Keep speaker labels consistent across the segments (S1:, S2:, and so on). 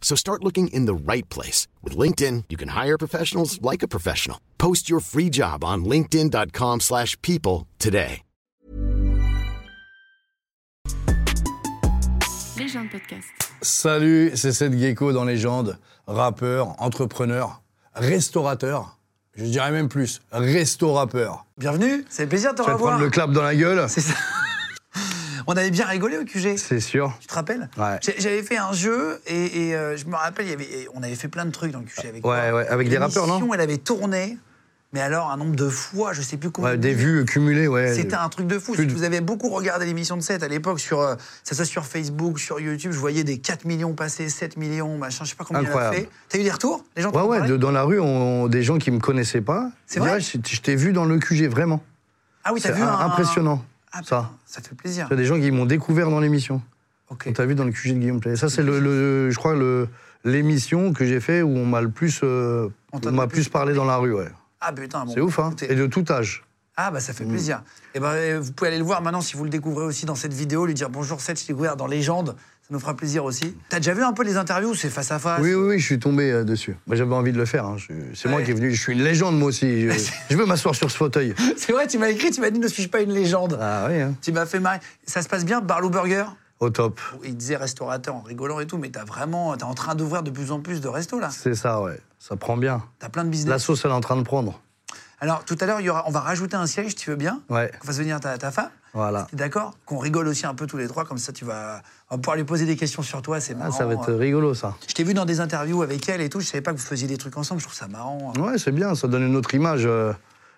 S1: So start looking in the right place. With LinkedIn, you can hire professionals like a professional. Post your free job on linkedin.com/people slash people today.
S2: Légende Podcast.
S3: Salut, c'est Seth Gecko dans Légende, rappeur, entrepreneur, restaurateur. Je dirais même plus, restaurateur.
S4: Bienvenue, c'est un plaisir de te
S3: Tu vas te
S4: revoir.
S3: prendre le clap dans la gueule
S4: C'est ça. On avait bien rigolé au QG.
S3: C'est sûr.
S4: Tu te rappelles
S3: Ouais.
S4: J'ai- J'avais fait un jeu et, et, euh, je me rappelle, il y avait- et on avait fait plein de trucs dans le QG avec toi.
S3: Ouais, ouais, avec des rappeurs, non
S4: L'émission, elle avait tourné, mais alors un nombre de fois, je sais plus combien.
S3: Ouais, des vues cumulées, ouais.
S4: C'était un truc de fou.
S3: Plus
S4: Si
S3: de-
S4: vous avez beaucoup regardé l'émission de 7 à l'époque, sur, euh, ça soit sur Facebook, sur YouTube, je voyais des 4 millions passer, 7 millions, machin, je sais pas combien il a
S3: Incroyable.
S4: fait. T'as eu des retours Les gens t'en
S3: Ouais,
S4: ont
S3: ouais,
S4: parlé
S3: de- dans la rue, on, des gens qui me connaissaient pas.
S4: C'est
S3: ils
S4: vrai
S3: disaient, Je, je t'ai vu dans le QG, vraiment.
S4: Ah oui, t'as
S3: C'est
S4: vu
S3: un-
S4: un-
S3: impressionnant.
S4: Ah,
S3: ça.
S4: Ça te fait plaisir.
S3: Il y a des gens qui m'ont découvert dans l'émission.
S4: Ok.
S3: On t'a vu dans le QG de Guillaume Play. Ça, c'est le, le- je crois, le, l'émission que j'ai fait où on m'a le plus, euh,
S4: On t'a
S3: on
S4: le
S3: m'a
S4: plus
S3: plus parlé dans la rue, ouais.
S4: Ah putain, bon.
S3: C'est ouf, Mm. hein.
S4: écoutez.
S3: Et de tout âge.
S4: Ah bah ça fait plaisir. Et ben euh, vous pouvez aller le voir maintenant si vous le découvrez aussi dans cette vidéo, lui dire bonjour Seth, je t'ai découvert dans Légende, ça nous fera plaisir aussi. T'as déjà vu un peu les interviews, c'est face à face
S3: Oui, oui, oui, je suis tombé euh, dessus. Moi, J'avais envie de le faire. hein. Je- C'est moi
S4: Ouais.
S3: qui est venu. Je suis une légende, moi aussi. Je, je veux m'asseoir sur ce fauteuil.
S4: C'est vrai, tu m'as écrit, tu m'as dit ne suis-je pas une légende
S3: Ah oui, hein.
S4: Tu m'as fait marrer. Ça se passe bien, Barlow Burger
S3: au top.
S4: Il disait restaurateur en rigolant et tout, mais t'as vraiment, t'es en train d'ouvrir de plus en plus de restos là.
S3: C'est ça, ouais. Ça prend bien.
S4: T'as plein de business.
S3: La sauce, elle est en train de prendre.
S4: Alors tout à l'heure, il y aura- on va rajouter un siège, tu veux bien
S3: Ouais,
S4: Qu'on fasse venir ta, ta femme.
S3: voilà.
S4: T'es d'accord Qu'on rigole aussi un peu tous les trois, comme ça tu vas on va pouvoir lui poser des questions sur toi, c'est
S3: Ah,
S4: marrant. hein.
S3: ça va être rigolo, ça.
S4: Je t'ai vu dans des interviews avec elle et tout, je savais pas que vous faisiez des trucs ensemble, je trouve ça marrant. hein.
S3: Ouais, c'est bien. Ça donne une autre image euh,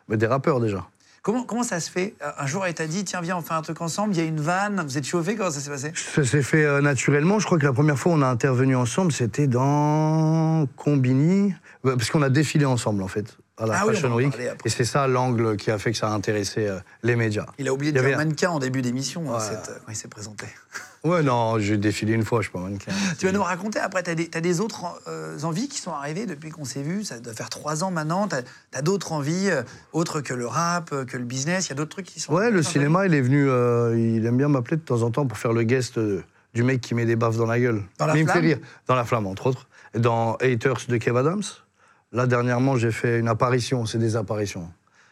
S3: mais des rappeurs, déjà.
S4: Comment, comment ça se fait Euh, Un jour, elle t'a dit, tiens, viens, on fait un truc ensemble, il y a une vanne, vous êtes chauffés, comment ça s'est passé
S3: Ça s'est fait euh, naturellement. Je crois que la première fois où on a intervenu ensemble, c'était dans Combini. Ouais, Parce qu'on a défilé ensemble, en fait, à la
S4: Ah oui, on va
S3: Fashion
S4: en
S3: Week.
S4: parler après.
S3: Et c'est ça l'angle qui a fait que ça a intéressé euh, les médias.
S4: Il a oublié
S3: Il
S4: de
S3: y
S4: dire
S3: avait un-
S4: mannequin en début d'émission, hein,
S3: Ouais.
S4: cette- euh, quand il s'est présenté.
S3: Ouais, non, j'ai défilé une fois, je suis pas mannequin.
S4: Tu vas nous raconter, après, t'as des, t'as des autres euh, envies qui sont arrivées depuis qu'on s'est vu, ça doit faire trois ans maintenant, t'as as, d'autres envies, euh, autres que le rap, euh, que le business, il y a d'autres trucs qui sont...
S3: Ouais, le
S4: dans ta vie
S3: cinéma, il est venu. euh, il aime bien m'appeler de temps en temps pour faire le guest euh, du mec qui met des baffes dans la gueule.
S4: Dans La
S3: Mais
S4: Flamme
S3: il me fait rire. Dans La Flamme, entre autres. Dans Haters de Kev Adams. Là, dernièrement, j'ai fait une apparition. C'est des apparitions.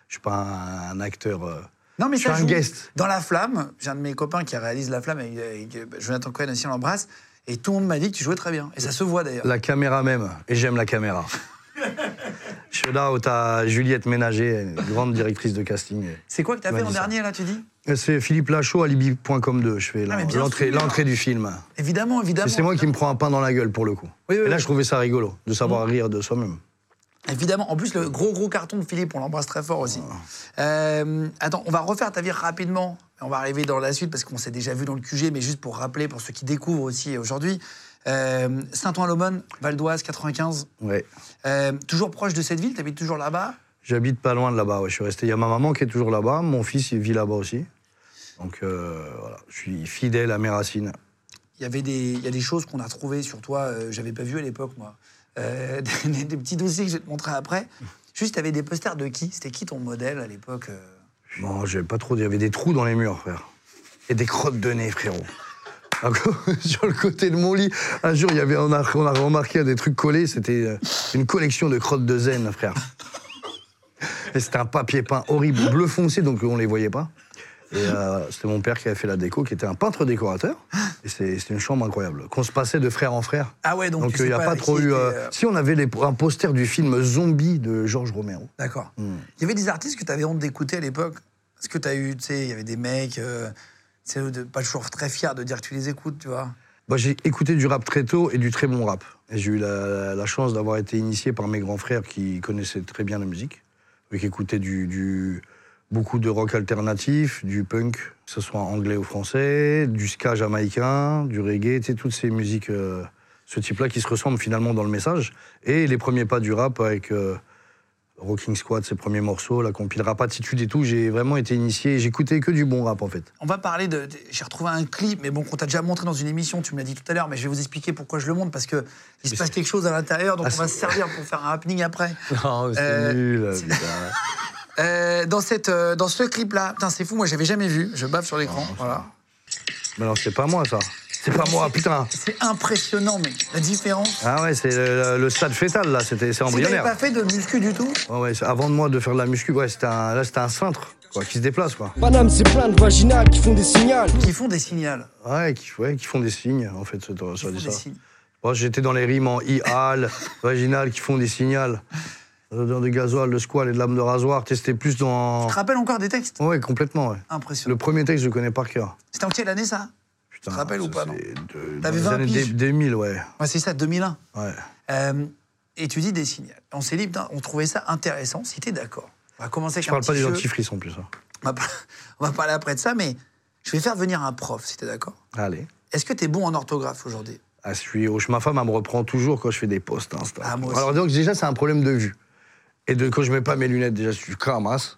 S3: Je suis pas un, un acteur. euh,
S4: Non, mais
S3: Je
S4: ça
S3: suis un
S4: joue.
S3: guest.
S4: Dans La Flamme, j'ai un de mes copains qui réalise La Flamme, avec, avec euh, Jonathan Cohen aussi, on l'embrasse, et tout le monde m'a dit que tu jouais très bien. Et ça se voit d'ailleurs.
S3: la caméra même. Et j'aime la caméra. Je suis là où t'as Juliette Ménager, une grande directrice de casting.
S4: C'est quoi que t'as
S3: Il
S4: fait
S3: m'a
S4: en
S3: dit ça.
S4: dernier, là, tu dis
S3: Et C'est Philippe Lachaud, alibi.com2. Je fais
S4: Ah, mais bien
S3: l'entrée
S4: sûr.
S3: l'entrée du film.
S4: Évidemment, évidemment.
S3: Et c'est moi qui me prends un pain dans la gueule pour le coup.
S4: Oui, oui,
S3: et là,
S4: oui. Mm.
S3: je trouvais ça rigolo, de savoir rire de soi-même.
S4: Évidemment. En plus, le gros, gros carton de Philippe, on l'embrasse très fort
S3: Oh.
S4: aussi. Euh, attends, on va refaire ta vie rapidement. On va arriver dans la suite parce qu'on s'est déjà vu dans le QG, mais juste pour rappeler, pour ceux qui découvrent aussi aujourd'hui. Euh, Saint-Ouen-l'Aumône, Val d'Oise, 95.
S3: Ouais.
S4: Euh, toujours proche de cette ville, t'habites toujours là-bas.
S3: J'habite pas loin de là-bas. ouais, Je suis resté. Il y a ma maman qui est toujours là-bas. Mon fils, il vit là-bas aussi. Donc euh, voilà, je suis fidèle à mes racines.
S4: Il y avait des, il y a des choses qu'on a trouvées sur toi, euh, j'avais pas vu à l'époque moi. Euh, des, des petits dossiers que je vais te montrer après. Juste, t'avais des posters de qui C'était qui ton modèle à l'époque euh
S3: Bon, j'avais pas trop. Il y avait des trous dans les murs, frère. Et des crottes de nez, frérot. Un coup, Sur le côté de mon lit, un jour, il y avait, on, a, on a remarqué des trucs collés. C'était euh, une collection de crottes de zen, frère. Et c'était un papier peint horrible, bleu foncé, donc on les voyait pas. Et euh, c'était mon père qui avait fait la déco, qui était un peintre décorateur. Et c'est- c'était une chambre incroyable, qu'on se passait de frère en frère.
S4: Ah ouais, donc
S3: Donc
S4: tu
S3: il
S4: sais
S3: n'y a pas,
S4: qui
S3: trop eu.
S4: était,
S3: euh,
S4: euh,
S3: Si on avait les- un poster du film Zombie de Georges Romero.
S4: D'accord.
S3: Hmm.
S4: Il y avait des artistes que tu avais honte d'écouter à l'époque. Est-ce que tu as eu, tu sais, il y avait des mecs, euh, tu sais, de- pas toujours très fiers de dire que tu les écoutes, tu vois.
S3: Bah, j'ai écouté du rap très tôt et du très bon rap. Et J'ai eu la, la chance d'avoir été initié par mes grands frères qui connaissaient très bien la musique et qui écoutaient du, du- beaucoup de rock alternatif, du punk, que ce soit anglais ou français, du ska jamaïcain, du reggae, tu sais, toutes ces musiques euh, ce type-là qui se ressemble finalement dans le message. Et les premiers pas du rap avec euh, Rocking Squad, ses premiers morceaux, la compil rap attitude et tout, j'ai vraiment été initié. J'écoutais que du bon rap en fait.
S4: On va parler de. de- J'ai retrouvé un clip, mais bon, qu'on t'a déjà montré dans une émission, tu me l'as dit tout à l'heure, mais je vais vous expliquer pourquoi je le montre, parce que il se passe quelque chose à l'intérieur, donc
S3: Ah,
S4: on va
S3: c'est-
S4: se servir pour faire un happening après.
S3: Non, Oh, c'est
S4: Euh,
S3: nul.
S4: c'est-
S3: putain.
S4: Euh, dans, cette, euh, dans ce clip-là, putain, c'est fou, moi j'avais jamais vu, je bave sur l'écran, voilà.
S3: Mais alors, c'est pas moi ça. C'est pas moi, putain.
S4: C'est impressionnant, mais la différence.
S3: Ah ouais, c'est le, le stade fétal là, c'était c'est
S4: Si t'avais
S3: embryonnaire.
S4: pas fait de muscu du tout,
S3: Ouais, ouais, c'est- avant de moi de faire de la muscu, ouais, c'était un, là c'était un cintre quoi, qui se déplace quoi.
S2: Madame, c'est plein de vaginales qui font des signaux.
S4: qui font des signaux.
S3: Ouais, qui, ouais, qui font des signes en fait, ça, ça
S4: Qui
S3: dit
S4: font des
S3: ça.
S4: signes.
S3: Moi, j'étais dans les rimes en i-al, vaginal, qui font des signales. Dans de gasoil, de squal et de lame de rasoir. Tu sais, C'était plus dans.
S4: Tu te rappelles encore des textes
S3: Ouais, complètement, ouais.
S4: Impressionnant.
S3: Le premier texte, je connais par cœur.
S4: C'était en quelle année ça
S3: Putain,
S4: te rappelles
S3: ça,
S4: ou pas, non
S3: c'est de-
S4: T'avais
S3: dans les
S4: 20
S3: années
S4: piges.
S3: des- des 1000, ouais.
S4: Ouais, c'est ça, 2001.
S3: ouais.
S4: Euh, et tu dis des signaux. On s'est dit, putain, on trouvait ça intéressant, si t'es d'accord. On va commencer avec
S3: Je
S4: un
S3: parle pas
S4: petit
S3: des
S4: jeu.
S3: dentifrices en plus. hein.
S4: On va, par- on va parler après de ça, mais je vais faire venir un prof, si t'es d'accord.
S3: Allez.
S4: Est-ce que t'es bon en orthographe aujourd'hui
S3: À suivre. Je- Ma femme, elle me reprend toujours quand je fais des posts Insta.
S4: Ah, moi aussi.
S3: Alors, donc, déjà, c'est un problème de vue. Et de, quand je mets pas mes lunettes, déjà, je suis cramasse.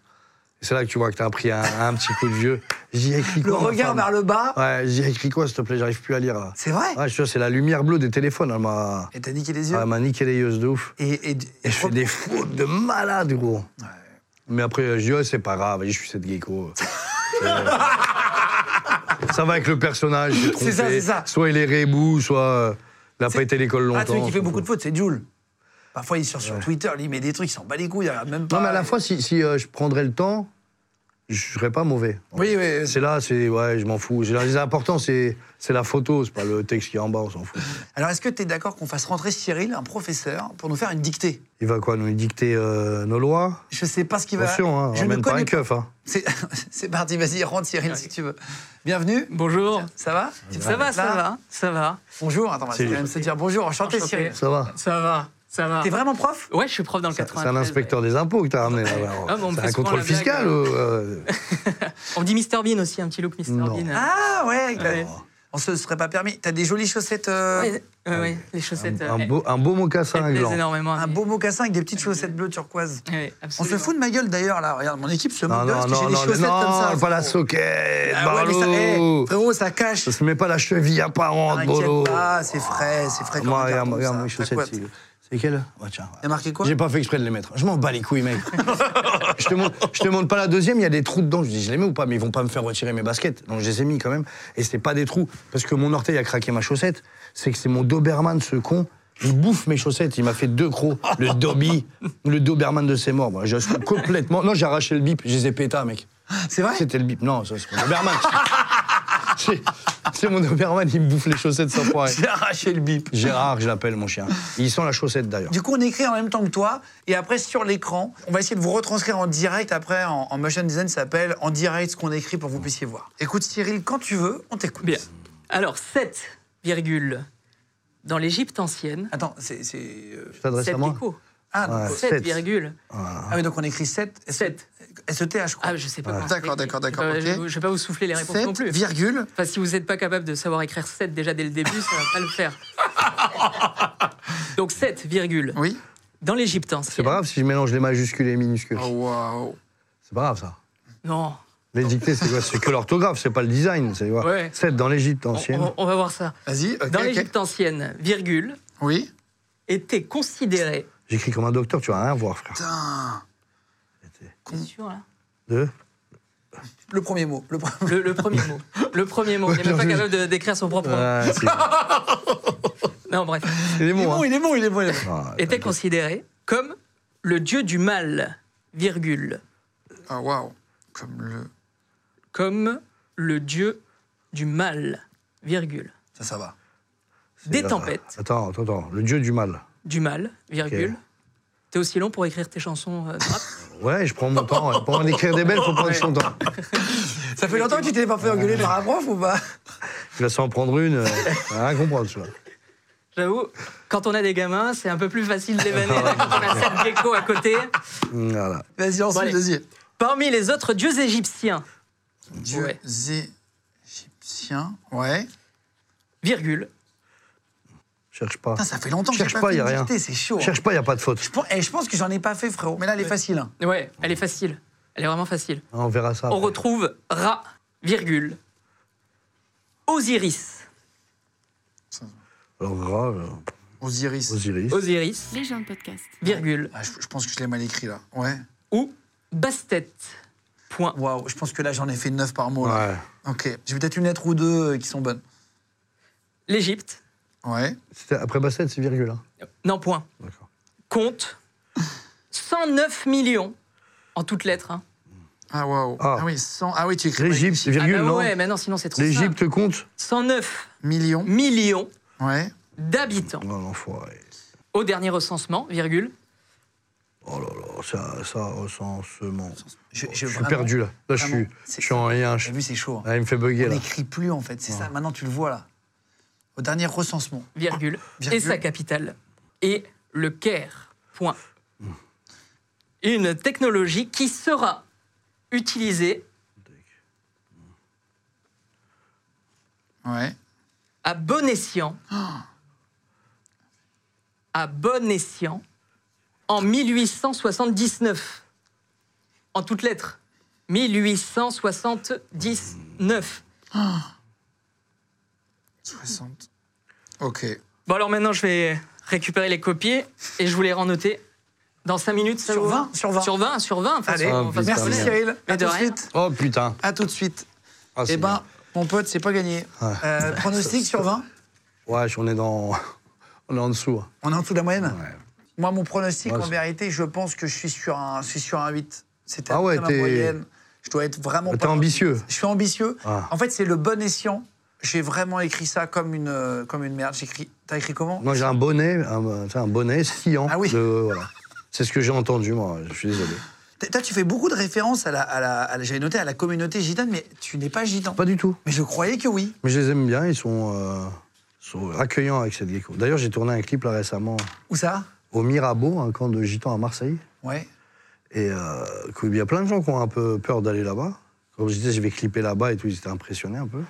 S3: Et C'est là que tu vois que t'as pris un, un petit coup de vieux. J'y ai écrit
S4: Le
S3: quoi, ma
S4: regard
S3: femme
S4: vers le bas,
S3: Ouais, j'ai écrit quoi, s'il te plaît J'arrive plus à lire. là.
S4: c'est vrai
S3: Ouais, Ah, je te jure, c'est la lumière bleue des téléphones. Elle m'a
S4: Et t'as niqué les yeux
S3: elle m'a niqué les yeux de ouf.
S4: Et, et-
S3: Et je fais des fautes de malade, gros. Mais après, je dis, ouais, c'est pas grave, je suis cette gecko. Euh, ça va avec le personnage. je suis trompé.
S4: C'est ça, c'est ça.
S3: Soit il est rébou, soit euh, il a
S4: C'est-
S3: pas été à l'école longtemps.
S4: Ah, celui qui fait beaucoup de fautes, c'est Jules. Parfois, il sort sur Twitter, lui, il met des trucs, il s'en bat les couilles, il regarde même pas.
S3: Non, mais à la fois, si, si, euh, je prendrais le temps, je serais pas mauvais.
S4: Oui, oui.
S3: C'est là, c'est. Ouais, je m'en fous. C'est là, L'important, c'est c'est la photo, c'est pas le texte qui est en bas, on s'en fout.
S4: Alors, est-ce que tu es d'accord qu'on fasse rentrer Cyril, un professeur, pour nous faire une dictée
S3: Il va quoi, nous dicter euh, nos lois
S4: Je sais pas ce qu'il va.
S3: Attention, hein,
S4: je ne
S3: ramène pas
S4: connais
S3: un keuf. Hein.
S4: C'est c'est parti, vas-y, rentre Cyril si tu veux. Bienvenue.
S5: Bonjour.
S4: Ça va
S5: Ça va, ça
S4: Là.
S5: va, ça va.
S4: Bonjour, attends, on va
S3: Cyril.
S4: quand même se dire bonjour, enchanté,
S5: Enchanté.
S4: Cyril.
S3: Ça va
S5: Ça va, ça va.
S4: T'es vraiment prof
S5: Ouais, je suis prof dans le
S3: C'est
S5: 93.
S3: un inspecteur des impôts que t'as ramené là. alors.
S5: Ah, mais on me
S3: c'est
S5: fait
S3: un
S5: souvent
S3: contrôle
S5: la blague,
S3: fiscal
S5: euh.
S3: ou, euh,
S4: hein.
S5: On dit Mr Bean aussi, un petit look Mr
S3: Non.
S5: Bean.
S4: Ah ouais, avec la-
S5: Ouais.
S4: on se serait pas permis. T'as des jolies chaussettes, euh,
S5: ouais, ouais, ouais, les chaussettes.
S3: un,
S5: euh,
S3: beau, un beau mocassin
S5: elles
S3: à
S5: plaisent
S3: gland.
S5: énormément.
S4: un beau mocassin avec des petites chaussettes bleues turquoise. On se fout de ma gueule d'ailleurs là, regarde, mon équipe se
S3: Non,
S4: moque de
S3: non,
S4: parce que
S3: non,
S4: j'ai des
S3: non,
S4: chaussettes comme ça.
S3: non, pas la
S4: frérot.
S3: soquette,
S4: Ah ouais, mais ça,
S3: Barlow.
S4: eh, frérot, ça cache.
S3: Ça se met pas la cheville apparente, Bolo.
S4: T'inquiète pas, c'est frais, c'est frais comme
S3: Moi,
S4: un
S3: regarde,
S4: carton,
S3: regarde
S4: ça.
S3: mes
S4: T'as
S3: chaussettes.
S4: quoi,
S3: c'est- C'est quelle Ouais, tiens.
S4: T'as marqué quoi
S3: J'ai pas fait exprès de les mettre. Je m'en bats les couilles, mec. je, te montre, je te montre pas la deuxième, il y a des trous dedans. Je dis, je les mets ou pas, mais ils vont pas me faire retirer mes baskets. Donc je les ai mis quand même. Et c'était pas des trous. Parce que mon orteil a craqué ma chaussette. C'est que c'est mon Doberman, ce con. Il bouffe mes chaussettes. Il m'a fait deux crocs. Le Dobby, le Doberman de ses morts. Moi, je suis complètement. Non, j'ai arraché le bip. Je les ai pétas, mec.
S4: C'est vrai
S3: C'était le bip. Non, ça, c'est mon Doberman. C'est- c'est mon Doberman, il me bouffe les chaussettes sans poids.
S4: J'ai arraché le bip.
S3: Gérard, je l'appelle mon chien. Il sent la chaussette d'ailleurs.
S4: Du coup, on écrit en même temps que toi, et après sur l'écran, on va essayer de vous retranscrire en direct. Après, en, en motion design, ça s'appelle en direct ce qu'on écrit pour que vous puissiez voir. Écoute, Cyril, quand tu veux, on t'écoute.
S5: Bien. Alors, 7, virgule, dans l'Égypte ancienne,
S4: Attends, c'est. c'est, euh,
S3: Tu t'adresses
S5: 7
S3: à moi
S5: échos.
S4: Ah,
S3: Ouais.
S4: donc,
S5: 7,
S3: sept.
S5: virgule.
S4: ah oui, donc on écrit E 7.
S5: Sept.
S4: SETH, je crois.
S5: Ah, je sais pas. comment
S4: D'accord,
S5: c'est écrit. Euh,
S4: d'accord, d'accord,
S5: Je vais pas-
S4: ok.
S5: Je vais pas vous souffler les réponses non
S4: 7,
S5: plus.
S4: virgule.
S5: Enfin, si vous n'êtes pas capable de savoir écrire 7 déjà dès le début, ça va pas le faire. Donc 7, virgule,
S4: Oui.
S5: dans l'Égypte ancienne.
S3: C'est pas grave si je mélange les majuscules et les minuscules.
S5: Ah
S4: waouh.
S3: C'est pas grave ça.
S5: Non.
S3: Les dictées, c'est quoi C'est que l'orthographe, c'est pas le design. C'est quoi
S5: Ouais. Oh,
S3: C'est dans l'Égypte
S5: On,
S3: ancienne.
S5: on- on va voir ça.
S4: Vas-y, ok.
S5: Dans
S4: ok.
S5: l'Égypte ancienne, virgule,
S4: Oui.
S5: était considéré.
S3: J'écris comme un docteur, tu vas rien voir, frère.
S4: Putain.
S5: T'es sûr, là
S3: Deux.
S4: Le premier mot. Le pre-
S5: le, le premier mot. Le premier mot. Il n'est même pas capable de- d'écrire son propre nom.
S3: Ouais, c'est-
S5: Non, bref.
S3: il
S4: Il
S3: est
S4: est
S3: bon.
S4: bon,
S3: hein.
S4: il est bon, il est bon. il est bon.
S3: Ah,
S5: Était considéré comme le dieu du mal, virgule,
S4: Ah, waouh. Comme le.
S5: comme le dieu du mal, virgule,
S4: Ça, ça va.
S3: c'est-
S5: des
S3: euh,
S5: tempêtes,
S3: Attends, attends, attends. Le dieu du mal.
S5: du mal, virgule. T'es aussi long pour écrire tes chansons euh, de rap
S3: Ouais, je prends mon temps. ouais. Pour en écrire des belles, faut prendre son temps.
S4: Ça fait longtemps que tu t'es pas fait engueuler par un prof ou pas
S3: Tu vas s'en prendre une, euh, rien comprendre, tu vois.
S5: J'avoue, quand on a des gamins, c'est un peu plus facile
S3: Ah
S5: d'évaner quand on a sept geckos à côté.
S3: Voilà.
S4: Vas-y,
S5: Bon,
S4: ensuite,
S5: allez.
S4: vas-y.
S5: Parmi les autres dieux égyptiens,
S4: Dieux
S5: Ouais.
S4: égyptiens. Ouais.
S5: virgule,
S3: Je Cherche pas.
S4: Putain, ça fait longtemps que
S3: Cherche
S4: j'ai pas,
S3: pas,
S4: fait
S3: y a
S4: une
S3: rien.
S4: dictée, c'est chaud. hein.
S3: Cherche pas, il a pas de faute.
S4: Je, pense- eh, je pense que j'en ai pas fait, frérot. Mais là, elle est facile. hein.
S5: Ouais, elle est facile. Elle est vraiment facile.
S3: On verra ça.
S5: On
S3: après.
S5: retrouve Ra, virgule, Osiris.
S3: Alors, grave. euh,
S4: Osiris.
S3: Osiris.
S5: Osiris,
S6: Les gens de podcast.
S5: virgule,
S4: Ah, je, je pense que je l'ai mal écrit, là. Ouais.
S5: ou Bastet. Point.
S4: Waouh, je pense que là, j'en ai fait 9 par mot. Là.
S3: Ouais.
S4: Ok. J'ai peut-être une lettre ou deux euh, qui sont bonnes.
S5: L'Égypte.
S4: Ouais.
S3: C'était après Basset, c'est virgule. hein.
S5: Non, point.
S3: D'accord.
S5: Compte 109 millions en toutes lettres. hein.
S4: Ah, waouh.
S3: Ah.
S4: Ah. oui, 100. Ah oui, tu écris.
S3: L'Égypte,
S5: Ah
S3: virgule,
S5: bah
S3: non
S5: ouais, mais non, sinon c'est trop simple.
S3: L'Égypte compte
S5: 109
S4: Millions.
S5: millions
S4: Ouais.
S5: d'habitants
S3: Non, l'enfoiré.
S5: au dernier recensement, virgule.
S3: Oh là là, ça, ça recensement.
S4: Je,
S3: Je suis
S4: vraiment-
S3: perdu là. Là, je
S4: vraiment,
S3: suis,
S4: c'est-
S3: je suis en rien. Je-
S4: T'as vu, c'est chaud. hein.
S3: Ah, il me fait bugger
S4: On
S3: là.
S4: n'écrit plus, en fait. C'est ça. Maintenant, tu le vois, là. Au dernier recensement.
S5: virgule,
S4: Ah, Virgule.
S5: et sa capitale, et le Caire. Point. Une technologie qui sera utilisée
S4: Ouais.
S5: à bon escient, à bon escient, en 1879. En toutes lettres. 1879.
S4: 60. Ok.
S5: Bon, alors maintenant, je vais récupérer les copiers et je vous les rends notés dans 5 minutes. ça
S4: Sur
S5: vous va
S4: 20, sur 20.
S5: Sur 20, sur 20. façon-
S4: Allez,
S3: Ah,
S5: façon-
S3: putain,
S4: merci
S3: merde.
S4: Cyril.
S5: Mais
S4: À
S5: de
S4: tout de
S5: rien.
S4: suite.
S3: Oh putain.
S4: À tout de suite.
S3: Ah, c'est Ah.
S4: Eh ben, mon pote, c'est pas gagné.
S3: Ouais.
S4: Euh, pronostic sur 20
S3: bien. Ouais, je- on est dans. On est en dessous. hein.
S4: On est en dessous de la moyenne
S3: Ouais.
S4: Moi, mon pronostic,
S3: Ouais,
S4: en
S3: c'est-
S4: vérité, je pense que je suis sur un, je suis sur un 8. C'était
S3: Ah ouais,
S4: ma
S3: t'es- Ah,
S4: moyenne. Je dois être vraiment.
S3: T'es
S4: pas-
S3: ambitieux.
S4: Je suis ambitieux.
S3: Ah.
S4: En fait, c'est le bon escient. J'ai vraiment écrit ça comme une, euh, comme une merde. J'écris- T'as écrit comment
S3: Moi, j'ai un bonnet, un, tu sais, un bonnet sciant.
S4: Ah oui.
S3: de- voilà. C'est ce que j'ai entendu, moi. Je suis désolé.
S4: T'as- Toi, tu fais beaucoup de références à la, à la, à la- j'avais noté à la communauté gitane, mais tu n'es pas gitan.
S3: Pas du tout.
S4: Mais je croyais que oui.
S3: Mais je les aime bien. Ils sont, euh, sont accueillants avec cette gecko. D'ailleurs, j'ai tourné un clip là récemment
S4: Où ça
S3: au Mirabeau, un camp de gitans à Marseille.
S4: Ouais.
S3: Et euh, qu'il y a plein de gens qui ont un peu peur d'aller là-bas. Quand je disais, je vais clipper là-bas et tout, ils étaient impressionnés un peu.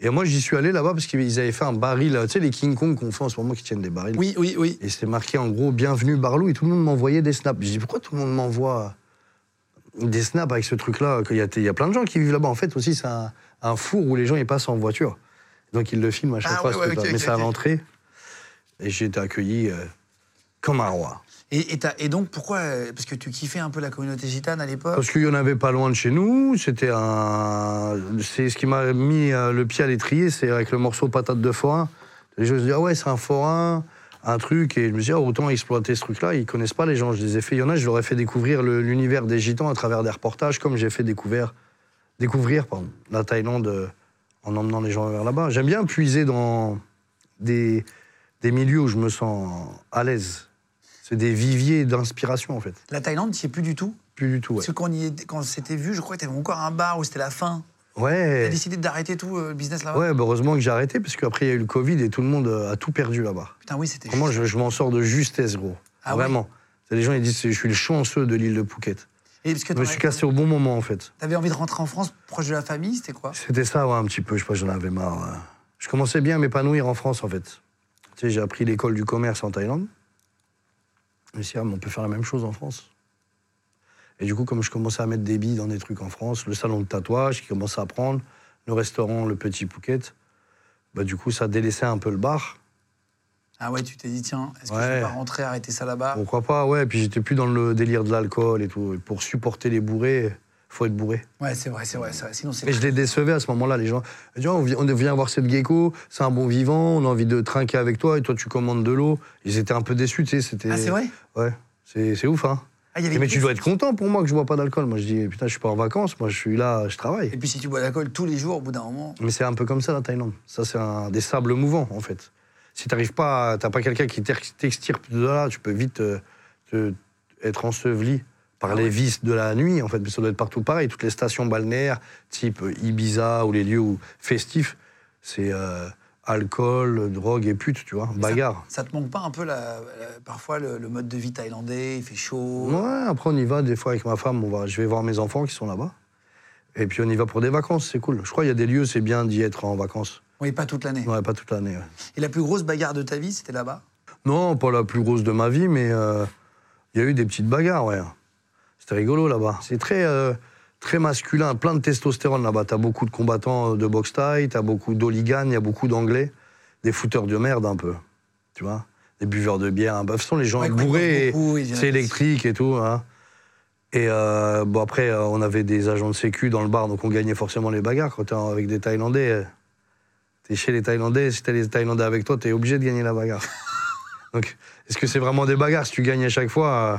S3: Et moi, j'y suis allé là-bas parce qu'ils avaient fait un baril, tu sais, les King Kong qu'on fait en ce moment qui tiennent des barils.
S4: Oui, oui, oui.
S3: Et c'était marqué en gros, bienvenue Barlou, et tout le monde m'envoyait des snaps. Je dis, pourquoi tout le monde m'envoie des snaps avec ce truc-là qu'il y a- Il y, a plein de gens qui vivent là-bas. En fait, aussi, c'est un, un four où les gens ils passent en voiture. Donc, ils le filment à chaque
S4: Ah,
S3: fois,
S4: ouais,
S3: ce
S4: ouais,
S3: truc-là.
S4: ok,
S3: Mais
S4: ok,
S3: c'est à
S4: ok.
S3: l'entrée. Et j'ai été accueilli euh, comme un roi.
S4: Et, et t'as- et donc, pourquoi euh, Parce que tu kiffais un peu la communauté gitane à l'époque.
S3: Parce qu'il y en avait pas loin de chez nous. C'était un. C'est ce qui m'a mis euh, le pied à l'étrier, c'est avec le morceau patate de forain. Les gens se disent ah ouais c'est un forain, un truc et je me dis ah, autant exploiter ce truc-là. Ils connaissent pas les gens. Je les ai fait. Il y en a, je leur ai fait découvrir le- l'univers des gitans à travers des reportages, comme j'ai fait découvrir découvrir pardon, la Thaïlande euh, en emmenant les gens vers là-bas. J'aime bien puiser dans des des milieux où je me sens à l'aise. C'est des viviers d'inspiration en fait.
S4: La Thaïlande, tu sais plus du tout.
S3: Plus du tout. Ouais.
S4: Parce que quand, on y était- quand on s'était vu, je crois que t'avais encore un bar où c'était la fin.
S3: ouais.
S4: T'as décidé d'arrêter tout euh, le business là-bas
S3: Ouais, bah heureusement que j'ai arrêté, parce qu'après, il y a eu le Covid et tout le monde euh, a tout perdu là-bas.
S4: Putain, oui, c'était
S3: Vraiment,
S4: juste.
S3: je, je m'en sors de justesse, gros.
S4: Ah ouais
S3: Vraiment. C'est Les gens, ils disent, je suis le chanceux de l'île de Phuket.
S4: Et parce que
S3: Je me suis
S4: t'en-
S3: cassé au bon moment, en fait.
S4: t'avais envie de rentrer en France proche de la famille, c'était quoi
S3: C'était ça, ouais, un petit peu. Je sais pas, j'en avais marre. ouais. Je commençais bien à m'épanouir en France, en fait. Tu sais, j'ai appris l'école du commerce en Thaïlande. Mais si, ah, mais on peut faire la même chose en France. Et du coup, comme je commençais à mettre des billes dans des trucs en France, le salon de tatouage qui commençait à prendre, le restaurant, le petit Phuket, bah, du coup, ça délaissait un peu le bar.
S4: Ah ouais, tu t'es dit, tiens, est-ce que
S3: Ouais.
S4: je vais pas rentrer, arrêter ça là-bas
S3: Pourquoi pas, ouais. Puis j'étais plus dans le délire de l'alcool et tout. Et pour supporter les bourrés, faut être bourré.
S4: Ouais, c'est vrai, c'est vrai, c'est vrai. Sinon, c'est.
S3: Et je les décevais à ce moment-là, les gens. Ils disaient, Oh, on vi- on vient voir cette gecko, c'est un bon vivant, on a envie de trinquer avec toi, et toi tu commandes de l'eau. Ils étaient un peu déçus, tu sais. c'était-
S4: Ah, c'est vrai
S3: Ouais, c'est c'est ouf, hein.
S4: Ah, il y avait
S3: Mais
S4: plus-
S3: tu dois être content pour moi que je bois pas d'alcool. Moi je dis, putain, je suis pas en vacances, moi je suis là, je
S4: Et
S3: travaille.
S4: puis, si tu bois de l'alcool tous les jours, au bout d'un moment.
S3: Mais c'est un peu comme ça la Thaïlande. Ça, c'est un des sables mouvants, en fait. Si t'arrives pas, à- t'as pas quelqu'un qui t'ex- t'extirpe de là, tu peux vite euh, te- être enseveli par les vices de la nuit, en fait. Mais ça doit être partout pareil. Toutes les stations balnéaires, type euh, Ibiza ou les lieux où- festifs, c'est euh, alcool, drogue et pute, tu vois, bagarre.
S4: Ça te manque pas un peu la- la- parfois le, le mode de vie thaïlandais, il fait chaud.
S3: Ouais, après on y va, des fois avec ma femme, on va, je vais voir mes enfants qui sont là-bas. Et puis on y va pour des vacances, c'est cool. Je crois qu'il y a des lieux, c'est bien d'y être en vacances.
S4: Oui, pas toute l'année.
S3: Ouais, pas toute l'année. ouais.
S4: Et la plus grosse bagarre de ta vie, c'était là-bas
S3: Non, pas la plus grosse de ma vie, mais euh, il y a eu des petites bagarres, ouais. C'était rigolo là-bas. C'est très, euh, très masculin, plein de testostérone là-bas. T'as beaucoup de combattants euh, de boxe taille, t'as beaucoup d'oliganes, il y a beaucoup d'anglais, des fouteurs de merde un peu, tu vois, des buveurs de bière. un peu. De toute façon, les gens
S4: Ouais,
S3: bourrés,
S4: beaucoup, ils
S3: et-
S4: viennent-
S3: c'est électrique et tout. hein. Et euh, bon, après, euh, on avait des agents de sécu dans le bar, donc on gagnait forcément les bagarres quand t'es en- avec des Thaïlandais. euh, T'es chez les Thaïlandais, si t'as les Thaïlandais avec toi, t'es obligé de gagner la bagarre. Donc, est-ce que c'est vraiment des bagarres Si tu gagnes à chaque fois, euh,